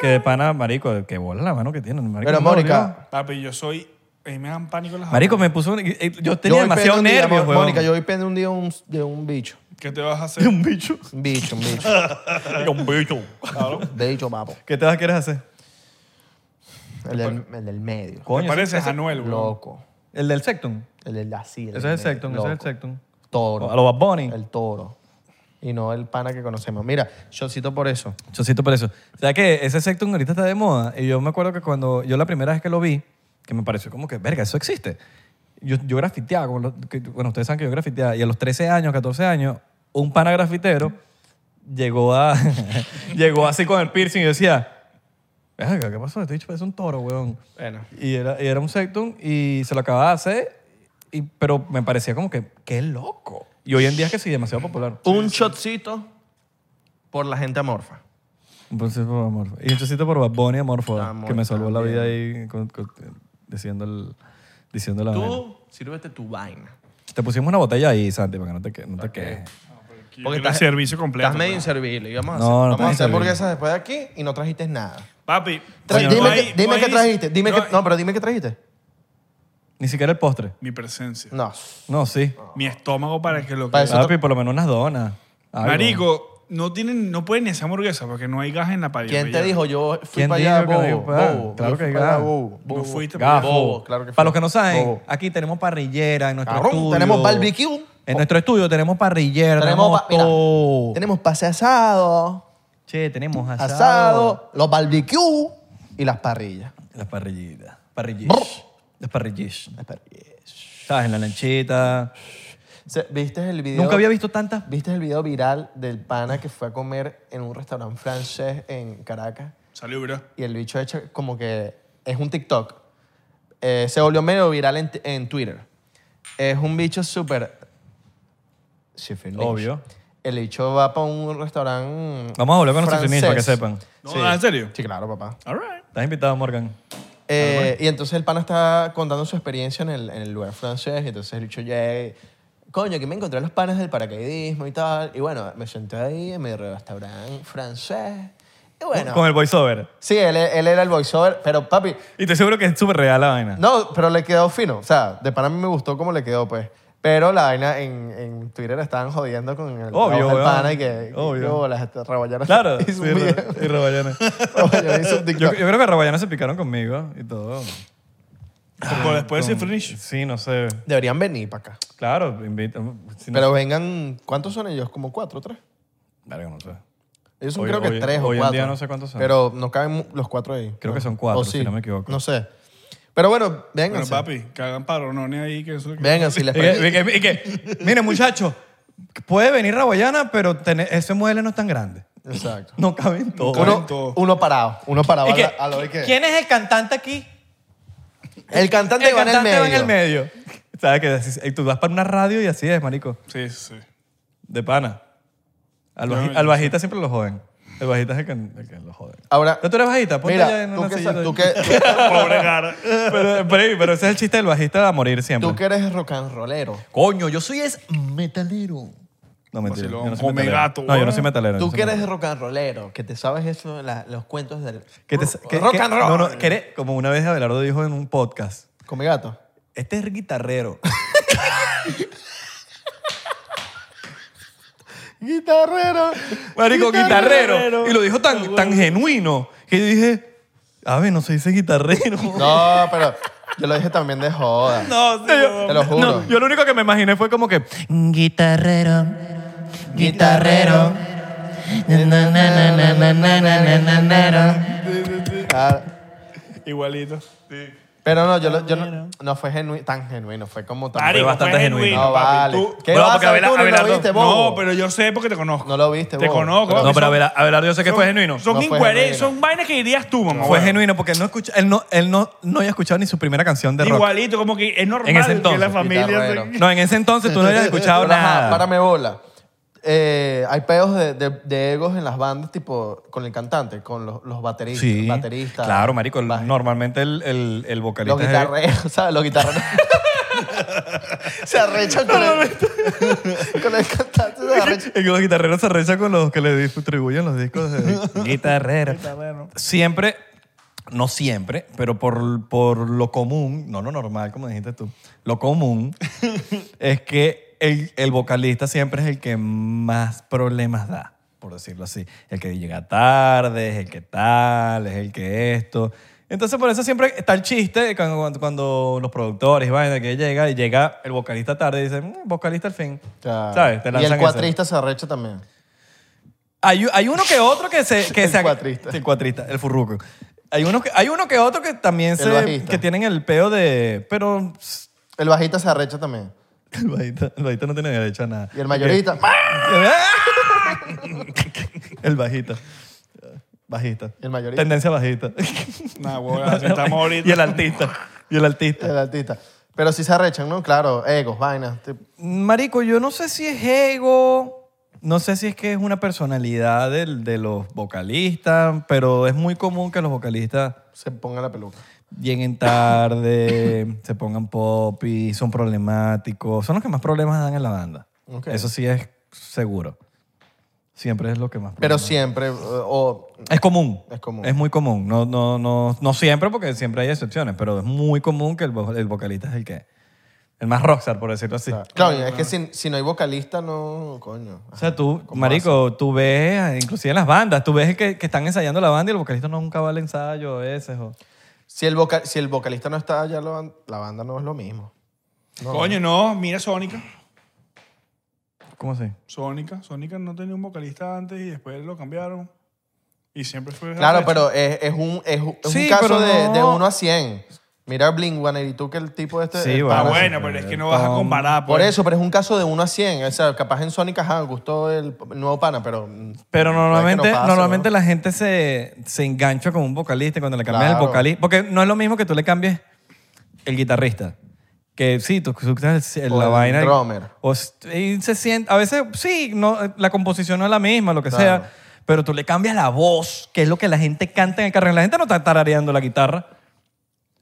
que de pana, marico, que bola la mano que tiene. Marico, Pero me Mónica, dolió. Papi, yo soy. A mí me dan pánico las Marico, me puso... un- eh, Yo tenía Yo hoy demasiado prendo un día, nervios, Mó- weón. Mónica, yo hoy prendo un día un, de un bicho. ¿Qué te vas a hacer? Un bicho. Un bicho, un bicho. un bicho. de bicho, papo. ¿Qué te vas a querer hacer? El del, el del medio. ¿Te Coño, pareces ese- a Anuel, güey? Loco. El del Sectum. El del así. Ese es el Sectum, ese es el Sectum. Toro. A los Bad Bunny. El toro. Y no el pana que conocemos. Mira, yo cito por eso. Chocito por eso. O sea que ese Sectum ahorita está de moda y yo me acuerdo que cuando yo la primera vez que lo vi, que me pareció como que, verga, eso existe. Yo, yo grafiteaba, como lo- que- bueno, ustedes saben que yo grafiteaba y a los 13 años, 14 años, un pana grafitero llegó a llegó así con el piercing y yo decía, verga, ¿qué pasó? Este bicho parece un toro, weón. Bueno. Y era, y era un Sectum y se lo acababa de hacer, y- pero me parecía como que, qué loco. Y hoy en día es que sí, demasiado popular. Un shotcito por la gente amorfa. Un chocito por Amorfo. Y un chocito por Bad Bunny Amorfo, Amor, que me salvó la vida ahí con- con- diciendo, el- diciendo la vaina. Tú, sírvete tu vaina. Te pusimos una botella ahí, Santi, para que no te, que- no te quejes. Porque Porque estás- el servicio completo. Estás medio pues. inservible. Y vamos a No, hacer, no vamos a estás hacer inservible. hamburguesas después de aquí y no trajiste nada. Papi, Tra- no dime hay- que- dime no qué hay- trajiste. Dime no que, hay- no, pero dime qué trajiste. Ni siquiera el postre. Mi presencia. No. No, sí. Mi estómago para que lo Para que... eso Papi, por lo menos unas donas. Algo. Marico, no, tienen, no pueden ni hacer hamburguesa porque no hay gas en la pared. ¿Quién te ya. dijo? Yo fui ¿Quién para dijo allá, que no bobo, iba para allá? bobo. Claro Yo que fui hay para allá, gas. bobo, No bobo. fuiste para Gafo. allá. pues, Bobo, claro que fue. Para los que no saben, Bobo. aquí tenemos parrillera en nuestro Cabrón, estudio. tenemos barbecue. En nuestro estudio tenemos parrillera, Tenemos, tenemos, pa- mira, todo. tenemos pase asado, Che, tenemos asado. asado, los barbecue y las parrillas. Las parrillitas. Parrillitas. Brr. Las parrillas. ¿Sabes? En la lanchita. Se- ¿Viste el video? Nunca había visto tantas. ¿Viste el video viral del pana que fue a comer en un restaurante francés en Caracas? Salió, bro. Y el bicho hecho como que es un TikTok. Eh, se volvió medio viral en, en Twitter. Es un bicho súper... Schiffer Lynch. Obvio. El bicho va para un restaurante Vamos a hablar con nuestros francés. chinos para que sepan. No, ah, ¿en serio? Sí, claro, papá. All right. Estás invitado, Morgan. Eh, y entonces el pana está contando su experiencia en el, en el lugar francés. Y entonces el bicho llega y, Coño, que me encontré los panas del paracaidismo y tal. Y bueno, me senté ahí en mi restaurante francés. Y bueno. Con el voiceover. Sí, él, él era el voiceover, pero papi, Y te seguro que es súper real la vaina. no, pero le quedó fino. O sea, de pana a mí me gustó cómo le quedó, pues. Pero la vaina en, en Twitter estaban jodiendo con el, Obvio, el weón. pana y que. Obvio. Obvio. Las este, raballanas. Claro. hizo un sí, video. Ra- y Rabayana. Rabayana hizo un Yo, yo TikTok. creo que Rabayana se picaron conmigo y todo. Ah, Por después de Con- Furnish. Sí, no sé. Deberían venir para acá. Claro, invita. si no- Pero vengan, ¿cuántos son ellos? ¿Como cuatro o tres? Verga, no sé. Ellos son Hoy- creo que hoy- tres o hoy en cuatro. día no sé cuántos son. Pero no caben mu- los cuatro ahí. Creo que No. son cuatro, O si no me equivoco. No sé. Pero bueno, vengan. Bueno, papi, que hagan paronones ahí, que eso... Vengan, si les Y que, y que- y que, mire, muchachos, puede venir Rabayana, pero tener- ese mueble no es tan grande. Exacto. No caben todos. Uno, uno parado. Uno parado. Y a que, la- a lo que- ¿Quién es el cantante aquí? El cantante, El va, en el cantante va en medio. el medio. ¿Sabes que así- y tú vas para una radio y así es, marico. Sí, sí, sí. De pana. Al, baji- al bajista siempre lo joden. El bajista es el que, el que lo joden. Ahora, ¿No tú eres bajista? Ponte allá mira, en tú una que, silla sa- de- tú que- Pobre cara. pero, pero- pero ese es el chiste del bajista a morir siempre. tú que eres rock and rollero, Coño, yo soy es metalero. No, mentira. Vacilón, Yo no soy come metalero. gato, no, yo no güey. soy metalero. yo tú soy que metalero. eres rock and rollero, que te sabes eso, la- los cuentos del Que te- que- rock que- and roll. No, no, que eres, como una vez Abelardo dijo en un podcast, Con mi gato. este es guitarrero. Guitarrero. Marico, guitarrero. Y lo dijo tan, tan genuino que yo dije, a ver, no se dice guitarrero. No, pero yo lo dije también de joda. No, sí, yo, Te lo juro. yo lo único que me imaginé fue como que, Guitarrero, guitarrero. Na, na, na, na, na, na, na, na, na, na, na. Ah, Igualito. Pero no, yo, lo- yo no, no fue genui- tan genuino, fue como tan... Marico, bastante fue genuino. no, papi. vale. Tú- ¿Qué Bueno, vas porque a hacer Abela- tú? no Abelardo- lo viste, bobo? No, pero yo sé porque te conozco. No lo viste, Te bobo. conozco. no, pero son- Abela- Abelardo yo sé que fue genuino. Son No fue incoherentes, genuino. son vainas que dirías tú, Ah, mamá. Fue güey. genuino porque él no, escucha, él no, él no, no había escuchado ni su primera canción de rock. Igualito, como que es normal En ese que la entonces, familia... guitarrero. se- No, en ese entonces tú no habías escuchado Pero, ajá, nada. Párame bola. Eh, hay pedos de, de- de egos en las bandas, tipo con el cantante, con los, los bateristas. Sí, bateristas, claro, marico. el- baj- Normalmente el, el, el vocalista Los es- guitarreros, ¿sabes? Los guitarreros. se arrechan con el, con el cantante. Se arrechan. Y que los guitarreros se arrechan con los que le distribuyen los discos de guitarreros. Siempre, no siempre, pero por, por lo común, no lo normal, como dijiste tú, lo común es que el, el vocalista siempre es el que más problemas da, por decirlo así. El que llega tarde, es el que tal, es el que esto. Entonces, por eso siempre está el chiste de cuando, cuando- cuando los productores, vaina, que llega y llega el vocalista tarde y dicen, "Mm, vocalista al fin. Claro. ¿Sabes? Te y lanzan el esa. cuatrista se arrecha también. Hay, u- hay uno que otro que se... Que El se- cuatrista. El cuatrista, el furruco. Hay uno que, hay uno que otro que también se... bajista. Que tienen el peo de... Pero... pss, El bajista se arrecha también. El bajista, el bajista no tiene derecho a nada. Y el mayorista. ¡ah! El bajista. Bajista. El mayorista. Tendencia bajista. Nah, güey, así estamos ahorita. y el artista. Y el artista. El artista. Pero sí se arrechan, ¿no? Claro, egos, vainas. tipo- Marico, yo no sé si es ego, no sé si es que es una personalidad del- de los vocalistas, pero es muy común que los vocalistas se ponga la peluca. lleguen tarde, se pongan pop y son problemáticos. Son los que más problemas dan en la banda. Ok. Eso sí es seguro. Siempre es lo que más Pero problemas- siempre, eh, o Es común. Es común. Es muy común. No, no, no, no siempre, porque siempre hay excepciones, pero es muy común que el, vo- el vocalista es el que... El más rockstar, por decirlo así. Claro, es que si, si no hay vocalista, no, coño. O sea, tú, marico, tú ves, inclusive en las bandas, tú ves que, que están ensayando la banda y el vocalista nunca va al ensayo a veces. o- Si el, voca- si el vocalista no está, ya la ban- la banda no es lo mismo. Coño, no, mira Sónica. ¿Cómo así? Sónica. Sónica no tenía un vocalista antes y después lo cambiaron. Y siempre fue... Claro, arrecho. pero es, es un, es, un- es Sí, un caso pero de, no. de 1 a 100. Mira Blink y tú que el tipo este. Sí, es bueno. pana. Ah, Ahora bueno, sí, pero es que no Tom. vas a comparar. Por pues. eso, pero es un caso de 1 a 100. O sea, capaz en Sonic, ajá, gustó el nuevo pana, pero. mm, no Pero es que no normalmente, pasa, normalmente ¿no? la gente se, se engancha con un vocalista y cuando le cambias Claro. el vocalista. Porque no es lo mismo que tú le cambies el guitarrista. Que sí, tú escuchas el- O la el vaina. y- drummer. O s- y se siente. A veces sí, no, la composición no es la misma, lo que Claro. sea. Pero tú le cambias la voz, que es lo que la gente canta en el carril. La gente no está tarareando la guitarra.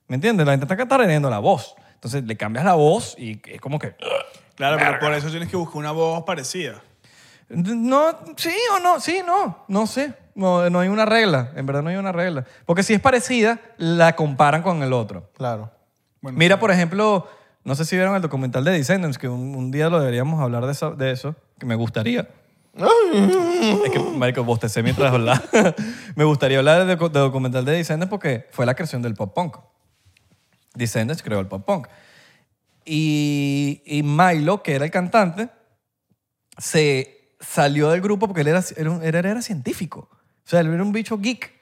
¿Me entiendes? La gente está tarareando la voz. Entonces le cambias la voz y es como que. Claro, pero por eso tienes que buscar una voz parecida. No, sí o no, sí, no, no sé. No, no hay una regla, en verdad no hay una regla. Porque si es parecida, la comparan con el otro. Claro. Mira, por ejemplo, no sé si vieron el documental de Descendants, que un, un día lo deberíamos hablar de eso, de eso que me gustaría. es que, marico, bostecé mientras hablaba. me gustaría hablar del docu- del documental de Descendants porque fue la creación del pop punk. Descendants creó el pop punk. Y, y Milo, que era el cantante, se salió del grupo porque él era, era, un- era, era científico. O sea, él era un bicho geek.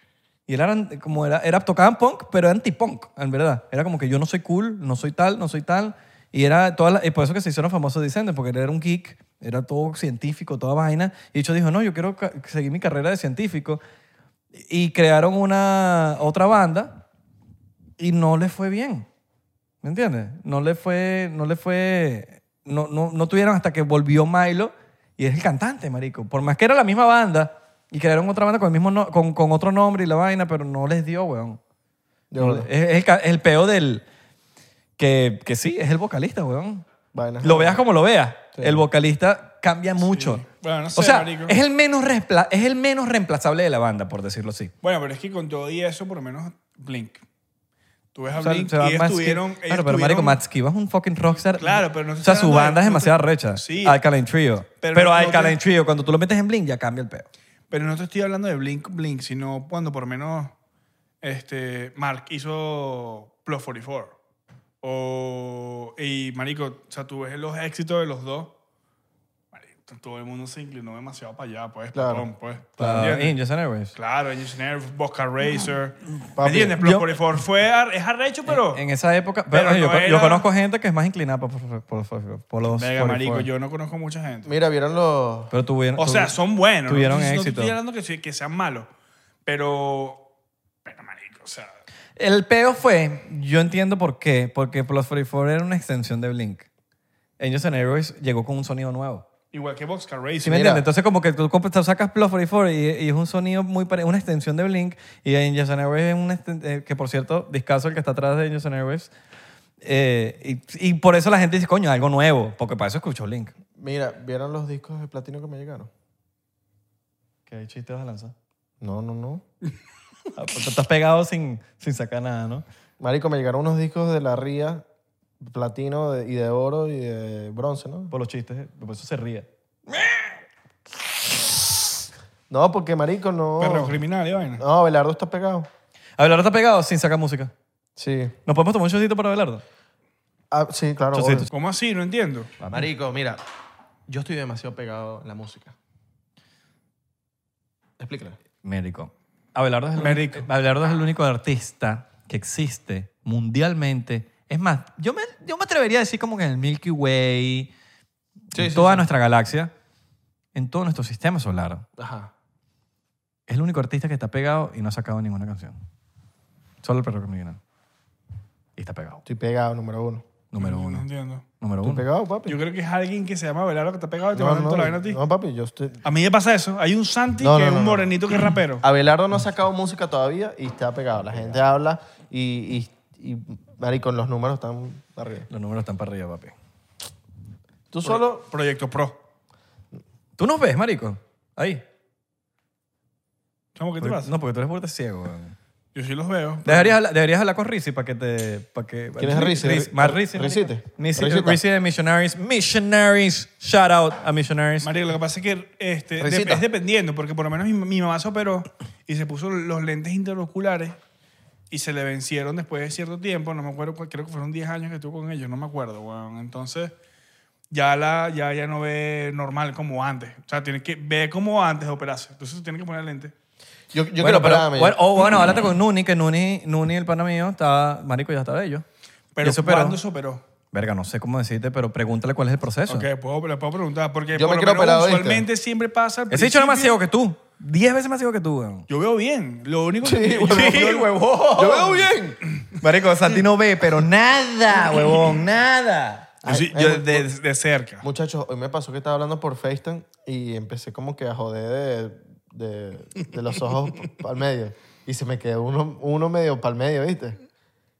Y él era, an- como era, era, tocaban punk, pero era anti-punk, en verdad. Era como que yo no soy cool, no soy tal, no soy tal. Y era toda la- y por eso que se hicieron famosos Descendants, porque él era un geek, era todo científico, toda vaina. Y dicho dijo, no, yo quiero ca- seguir mi carrera de científico. Y crearon una otra banda y no le fue bien. ¿Me entiendes? No le fue, no le fue, no, no, no tuvieron hasta que volvió Milo y es el cantante, marico. Por más que era la misma banda y crearon otra banda con, el mismo no- con, con otro nombre y la vaina, pero no les dio, weón. Yo- No, es, es el, ca- es el peo del, que, que sí, es el vocalista, weón. vainas. Lo veas como lo veas, el vocalista cambia mucho. Bueno, no sé, o sea, marico. es el, menos reempla- es el menos reemplazable de la banda, por decirlo así. Bueno, pero es que con todo y eso, por lo menos Blink. Tú ves a O sea, Blink se va y ellos Matt Skiba. tuvieron... Claro, ellos pero marico, tuvieron- Matt Skiba es un fucking rockstar. Claro, pero no O te sea, estoy su hablando de- banda es no te- demasiado recha. Sí. Alkaline Trio. Pero, Pero no- no te- Alkaline Trio, cuando tú lo metes en Blink, ya cambia el peo. Pero no te estoy hablando de Blink Blink, sino cuando por lo menos este, Mark hizo Plus 44. O, y Marico, o sea, tú ves los éxitos de los dos. Marico, todo el mundo se inclinó demasiado para allá, pues, Claro. patrón, pues. Claro. ¿Entiendes? Angels and Airwaves. Claro, Engineer, Bosca Racer. ¿Me Papi, entiendes? Plus yo- 44 fue, ar- es arrecho, pero. En esa época. Pero, Pero oye, yo, no con- yo era- conozco gente que es más inclinada por, por, por, por- por los. Venga, 44. Marico, yo no conozco mucha gente. Mira, vieron los. Pero tuvieron. O sea, tuvi- son buenos. ¿no? tuvieron no, te éxito. estoy hablando que, sí- que sean malos. Pero. Pero, Marico, o sea. El peo fue. Yo entiendo por qué. Porque Plus 44 era una extensión de Blink. Angels and Airwaves llegó con un sonido nuevo. Igual que Boxcar ¿Sí Racer. me Mira. entiendes? Entonces como que tú comp- tú sacas Plus 44 y, y es un sonido muy parecido, una extensión de Blink y Angels and Airwaves es una esten- eh, que por cierto, discaso el que está atrás de Angels and Airwaves. Eh, y, y por eso la gente dice, coño, algo nuevo, porque para eso escuchó Link. Mira, ¿vieron los discos de platino que me llegaron? ¿Qué chiste vas a lanzar? No, no, no. Te Ah, pues estás pegado sin, sin sacar nada, ¿no? Marico, me llegaron unos discos de la Ría, platino de- y de oro y de bronce, ¿no? Por los chistes, por eso se ríe. No, porque Marico no. Perro criminal y vaina. No, Belardo está pegado. Abelardo está pegado sin sacar música. Sí. ¿Nos podemos tomar un chocito para Abelardo? Ah, sí, claro. Chocito. obvio. ¿Cómo así? No entiendo. Marico, mira, yo estoy demasiado pegado a la música. Explícala. Mérico. Abelardo es, el Mérico. único- Abelardo es el único artista que existe mundialmente. Es más, yo me, yo me atrevería a decir como que en el Milky Way, en toda nuestra galaxia, en todo nuestro sistema solar, Ajá. es el único artista que está pegado y no ha sacado ninguna canción. Solo el perro criminal. Y está pegado. Estoy pegado, número uno. Número No uno. entiendo. Número Estoy uno. pegado, papi. Yo creo que es alguien que se llama Belardo que está pegado y te no, va a dar no, toda la vaina a ti. no, papi, yo estoy. A mí me pasa eso. Hay un Santi No, que no, es no, un no. Ah, morenito que es rapero. Abelardo no ha sacado música todavía y está pegado. La gente habla y, y, y Marico, los números están arriba. Los números están para arriba, papi. Tú solo. Proyecto Pro. ¿Tú nos ves, marico? Ahí. Chamo, ¿qué te Porque- pasa? No, porque tú eres burda ciego. weón. Yo sí los veo. Deberías hablar, deberías hablar con Rizzi para que te... Para que, ¿Quién es Rizzi? Más Rizzi. Rizzite. Rizzi Rizzita. Rizzi de Missionaries. Missionaries. Shout out a Missionaries. Mario, lo que pasa es que este, de- Risita. es dependiendo, porque por lo menos mi, mi mamá se operó y se puso los lentes interoculares y se le vencieron después de cierto tiempo. No me acuerdo, cuál- creo que fueron 10 años que estuvo con ellos, no me acuerdo, weón. Entonces, ya, la, ya, ya no ve normal como antes. O sea, tiene que ver como antes de operarse. Entonces, tiene que poner lentes. Yo, yo bueno, quiero pero, pararme. bueno, o bueno, háblate con Nuni, que Nuni, Nuni el pana mío, está, marico, ya está bello. Pero eso, pero- ¿cuándo se operó? Verga, no sé cómo decirte, pero pregúntale cuál es el proceso. Ok, puedo, le puedo preguntar. Porque Yo me por lo quiero menos operar, ¿oíste? usualmente siempre pasa. al Ese dicho es más ciego principio- que tú. Diez veces más ciego que tú, weón. Yo veo bien. Lo único Sí, que. huevón. Sí, huevón. Yo veo bien. Marico, Santi no ve, pero nada, huevón, nada. Yo sí- Ay, yo ay, de, de cerca. Muchachos, hoy me pasó que estaba hablando por FaceTime y empecé como que a joder de, de- de los ojos al medio. Y se me quedó uno, uno medio para el medio, ¿viste?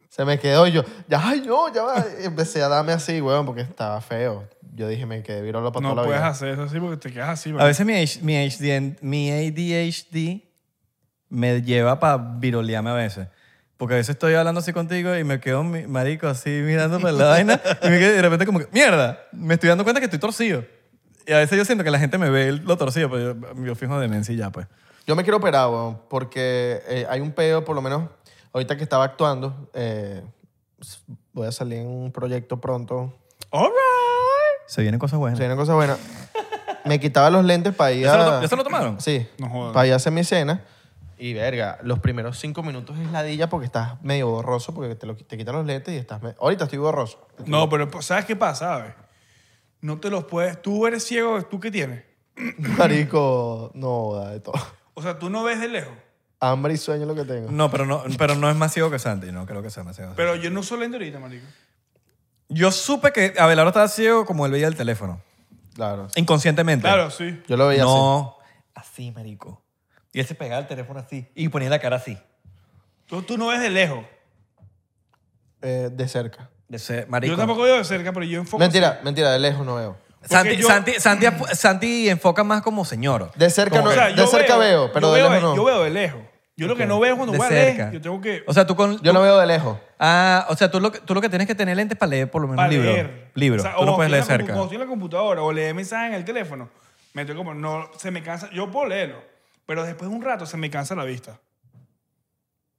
Se me quedó y yo, ya, ay, no, ya va. Y empecé a darme así, weón, porque estaba feo. Yo dije, me quedé virolo para No toda la puedes vida. hacer eso así porque te quedas así. A ¿verdad? veces mi, H- mi, HDN mi ADHD me lleva para virolearme a veces. Porque a veces estoy hablando así contigo y me quedo mi- marico así mirando para la vaina y me quedo de repente como que, mierda, me estoy dando cuenta que estoy torcido. Y a veces yo siento que la gente me ve lo torcido, pero yo, yo fijo demencia y ya, pues. Yo me quiero operar, weón, porque eh, hay un pedo, por lo menos, ahorita que estaba actuando, eh, voy a salir en un proyecto pronto. All right. Se vienen cosas buenas. Se vienen cosas buenas. Me quitaba los lentes para ir ¿Ya, se lo, a... to- ya se lo tomaron? Sí. No jodas. Para allá hacer mi escena. Y verga, los primeros cinco minutos es ladilla porque estás medio borroso, porque te, lo, te quitan los lentes y estás... me- Ahorita estoy borroso. No, pero pues, ¿sabes qué pasa? ¿Sabes? No te los puedes. Tú eres ciego, ¿tú qué tienes? Marico, no, da de todo. O sea, tú no ves de lejos. Hambre y sueño es lo que tengo. No, pero no, pero no es más ciego que Santi, no creo que sea más ciego. que Santi. Pero yo no uso lente ahorita, marico. Yo supe que Abelardo estaba ciego como él veía el teléfono. Claro. Inconscientemente. Claro, sí. Yo lo veía así. No. Así, marico. Y él se pegaba el teléfono así y ponía la cara así. Tú, tú no ves de lejos. eh, de cerca. De ese- marico. Yo tampoco veo de cerca, pero yo enfoco. Mentira, mentira, de lejos no veo. Santi, Porque yo- Santi, Santi, ap- Santi enfoca más como señor. De cerca no, O sea, de yo cerca veo, pero yo de veo, lejos no. Yo veo de lejos. Yo lo que no veo es cuando de voy a cerca. leer, yo tengo que. O sea, tú con. Yo tú- lo veo de lejos. Ah, o sea, tú lo, que- tú lo que tienes que tener lentes para leer por lo menos para un libro. leer. Libro. O sea, tú o no puedes estoy en leer la compu- cerca. O estoy en la computadora o leer mensajes en el teléfono. Me estoy como, no, se me cansa. Yo puedo leerlo, pero después de un rato se me cansa la vista.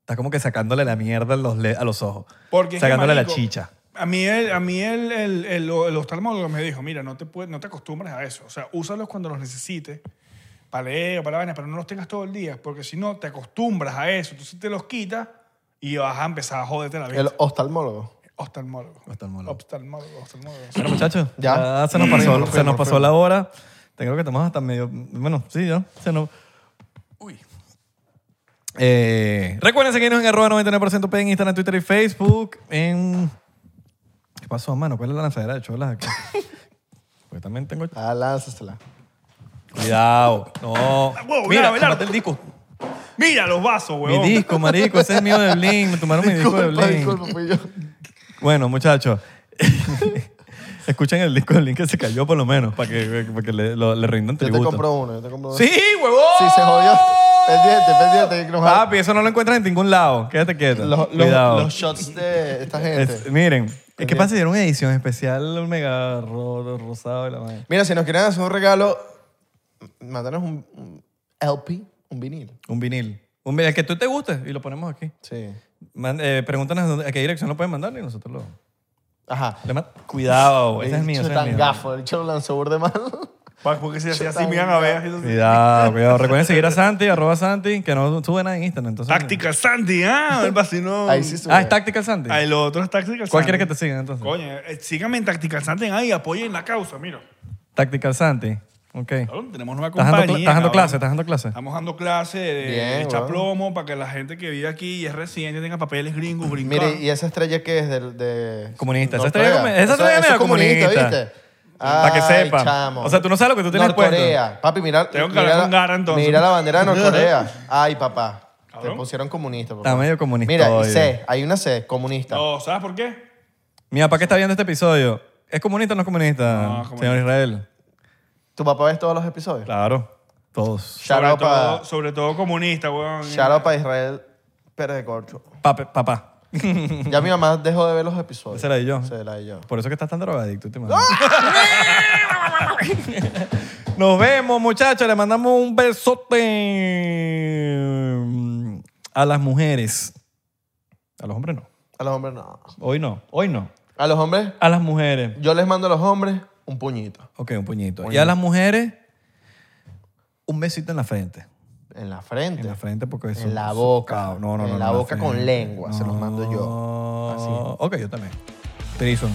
Estás como que sacándole la mierda a los, le- a los ojos. Porque es que, sacándole la marico, chicha. A mí, el, a mí el, el, el, el oftalmólogo me dijo, mira, no te, puedes, no te acostumbres a eso. O sea, úsalos cuando los necesites para leer o para la vaina, pero no los tengas todo el día, porque si no, te acostumbras a eso. Entonces te los quitas y vas a empezar a joderte la El vista. oftalmólogo. Oftalmólogo. Oftalmólogo. Oftalmólogo. oftalmólogo. Bueno, muchachos, Ya. ya, se nos pasó, nos se nos fuimos, pasó fuimos. la hora. Tengo que tomar hasta medio. Bueno, sí, ya. Se nos. Uy. Eh, recuerden seguirnos en arroba 99% P en Instagram, Twitter y Facebook. En... ¿Qué pasó, mano? ¿Cuál es la lanzadera de cholas aquí? Porque también tengo. Ah, lánzasela. Cuidado. No. Wow, Mira, nada, Abelardo. tómate el disco. Mira los vasos, Mi huevón. disco, marico. Ese es mío de Blink. Me tomaron mi disco de Disculpa, Blink. disculpa, fui yo. Bueno, muchachos. Escuchen el disco del link que se cayó por lo menos para que, para que le, lo- le rindan Yo tributo. te compro uno, yo te compro uno. ¡Sí, huevón! Sí, se jodió. Pendiente, pendiente, que nos- Papi, eso no lo encuentras en ningún lado. Quédate quieto. Los, los- Cuidado. los shots de esta gente. Es- miren, es que Pendiente. pasa si era una edición especial un mega ro- rosado y la madre. Mira, si nos quieren hacer un regalo, mándanos un, un LP, un vinil. Un vinil. Un vinil, el que tú te guste y lo ponemos aquí. Sí. Man- eh, pregúntanos dónde- a qué dirección lo pueden mandar y nosotros lo... Ajá. le man- Cuidado, ese es El mío, bicho ese es tan mío. gafo, el bicho lo lanzó burde mal. Pa- Porque si así, así me iban a ver. así, así. Cuidado, cuidado. Recuerden seguir a Santi, arroba Santi, que no sube nada en Instagram. Entonces, Táctica Sandy, ah, el vacino. Ahí sí sube. Ah, es Tactical Santi. Ah, el otro es Táctica ¿Cuál Sandy. quieres que te sigan entonces? Coño, eh, síganme en Táctica Sandy ahí, apoyen la causa, mira. Tactical Santi. Ok. Cabrón, tenemos nueva ¿Estás dando, cla- compañía. estás dando cabrón. clase? ¿Estás dando clase? Estamos dando clase de Bien, echar weón. plomo para que la gente que vive aquí y es residente tenga papeles gringos, gringos. Mire, ¿y esa estrella qué es? Del- de, Comunista. Esa Norcorea? estrella come- esa Eso- estrella eso medio es comunista, comunista. ¿viste? Pa' que Ay, sepa. chamo. O sea, tú no sabes lo que tú tienes puesto. Norcorea. Papi, mira, Tengo que mira hablar con la- Gara, entonces. ¿eh? mira la bandera de Norcorea. Ay, papá. Te Cabrón. pusieron comunista, papá. Está medio comunista Mira, y hoy. C. Hay una C, comunista. No, Oh, ¿sabes por qué? Mi papá que está viendo este episodio, ¿es comunista o no es comunista, No, es comunista. señor Israel? ¿Tu papá ves todos los episodios? Claro. Todos. Shout Sobre out todo, para sobre todo comunista, weón. Israel Pérez de Corcho. Pape- papá. Ya mi mamá dejó de ver los episodios. Esa la di yo. Se la di yo. Por eso que estás tan drogadicto, te imaginas. ¡Ah! Nos vemos, muchachos. Le mandamos un besote mm, a las mujeres. A los hombres no. A los hombres no. Hoy no. Hoy no. A los hombres, A las mujeres. yo les mando a los hombres un puñito. Ok, un puñito. Y a las mujeres, un besito en la frente. En la frente. En la frente porque eso... En la boca. Cao- No, no, En no, la no, boca con frente. lengua, se los mando yo. No. Así. Ok, yo también. Trison.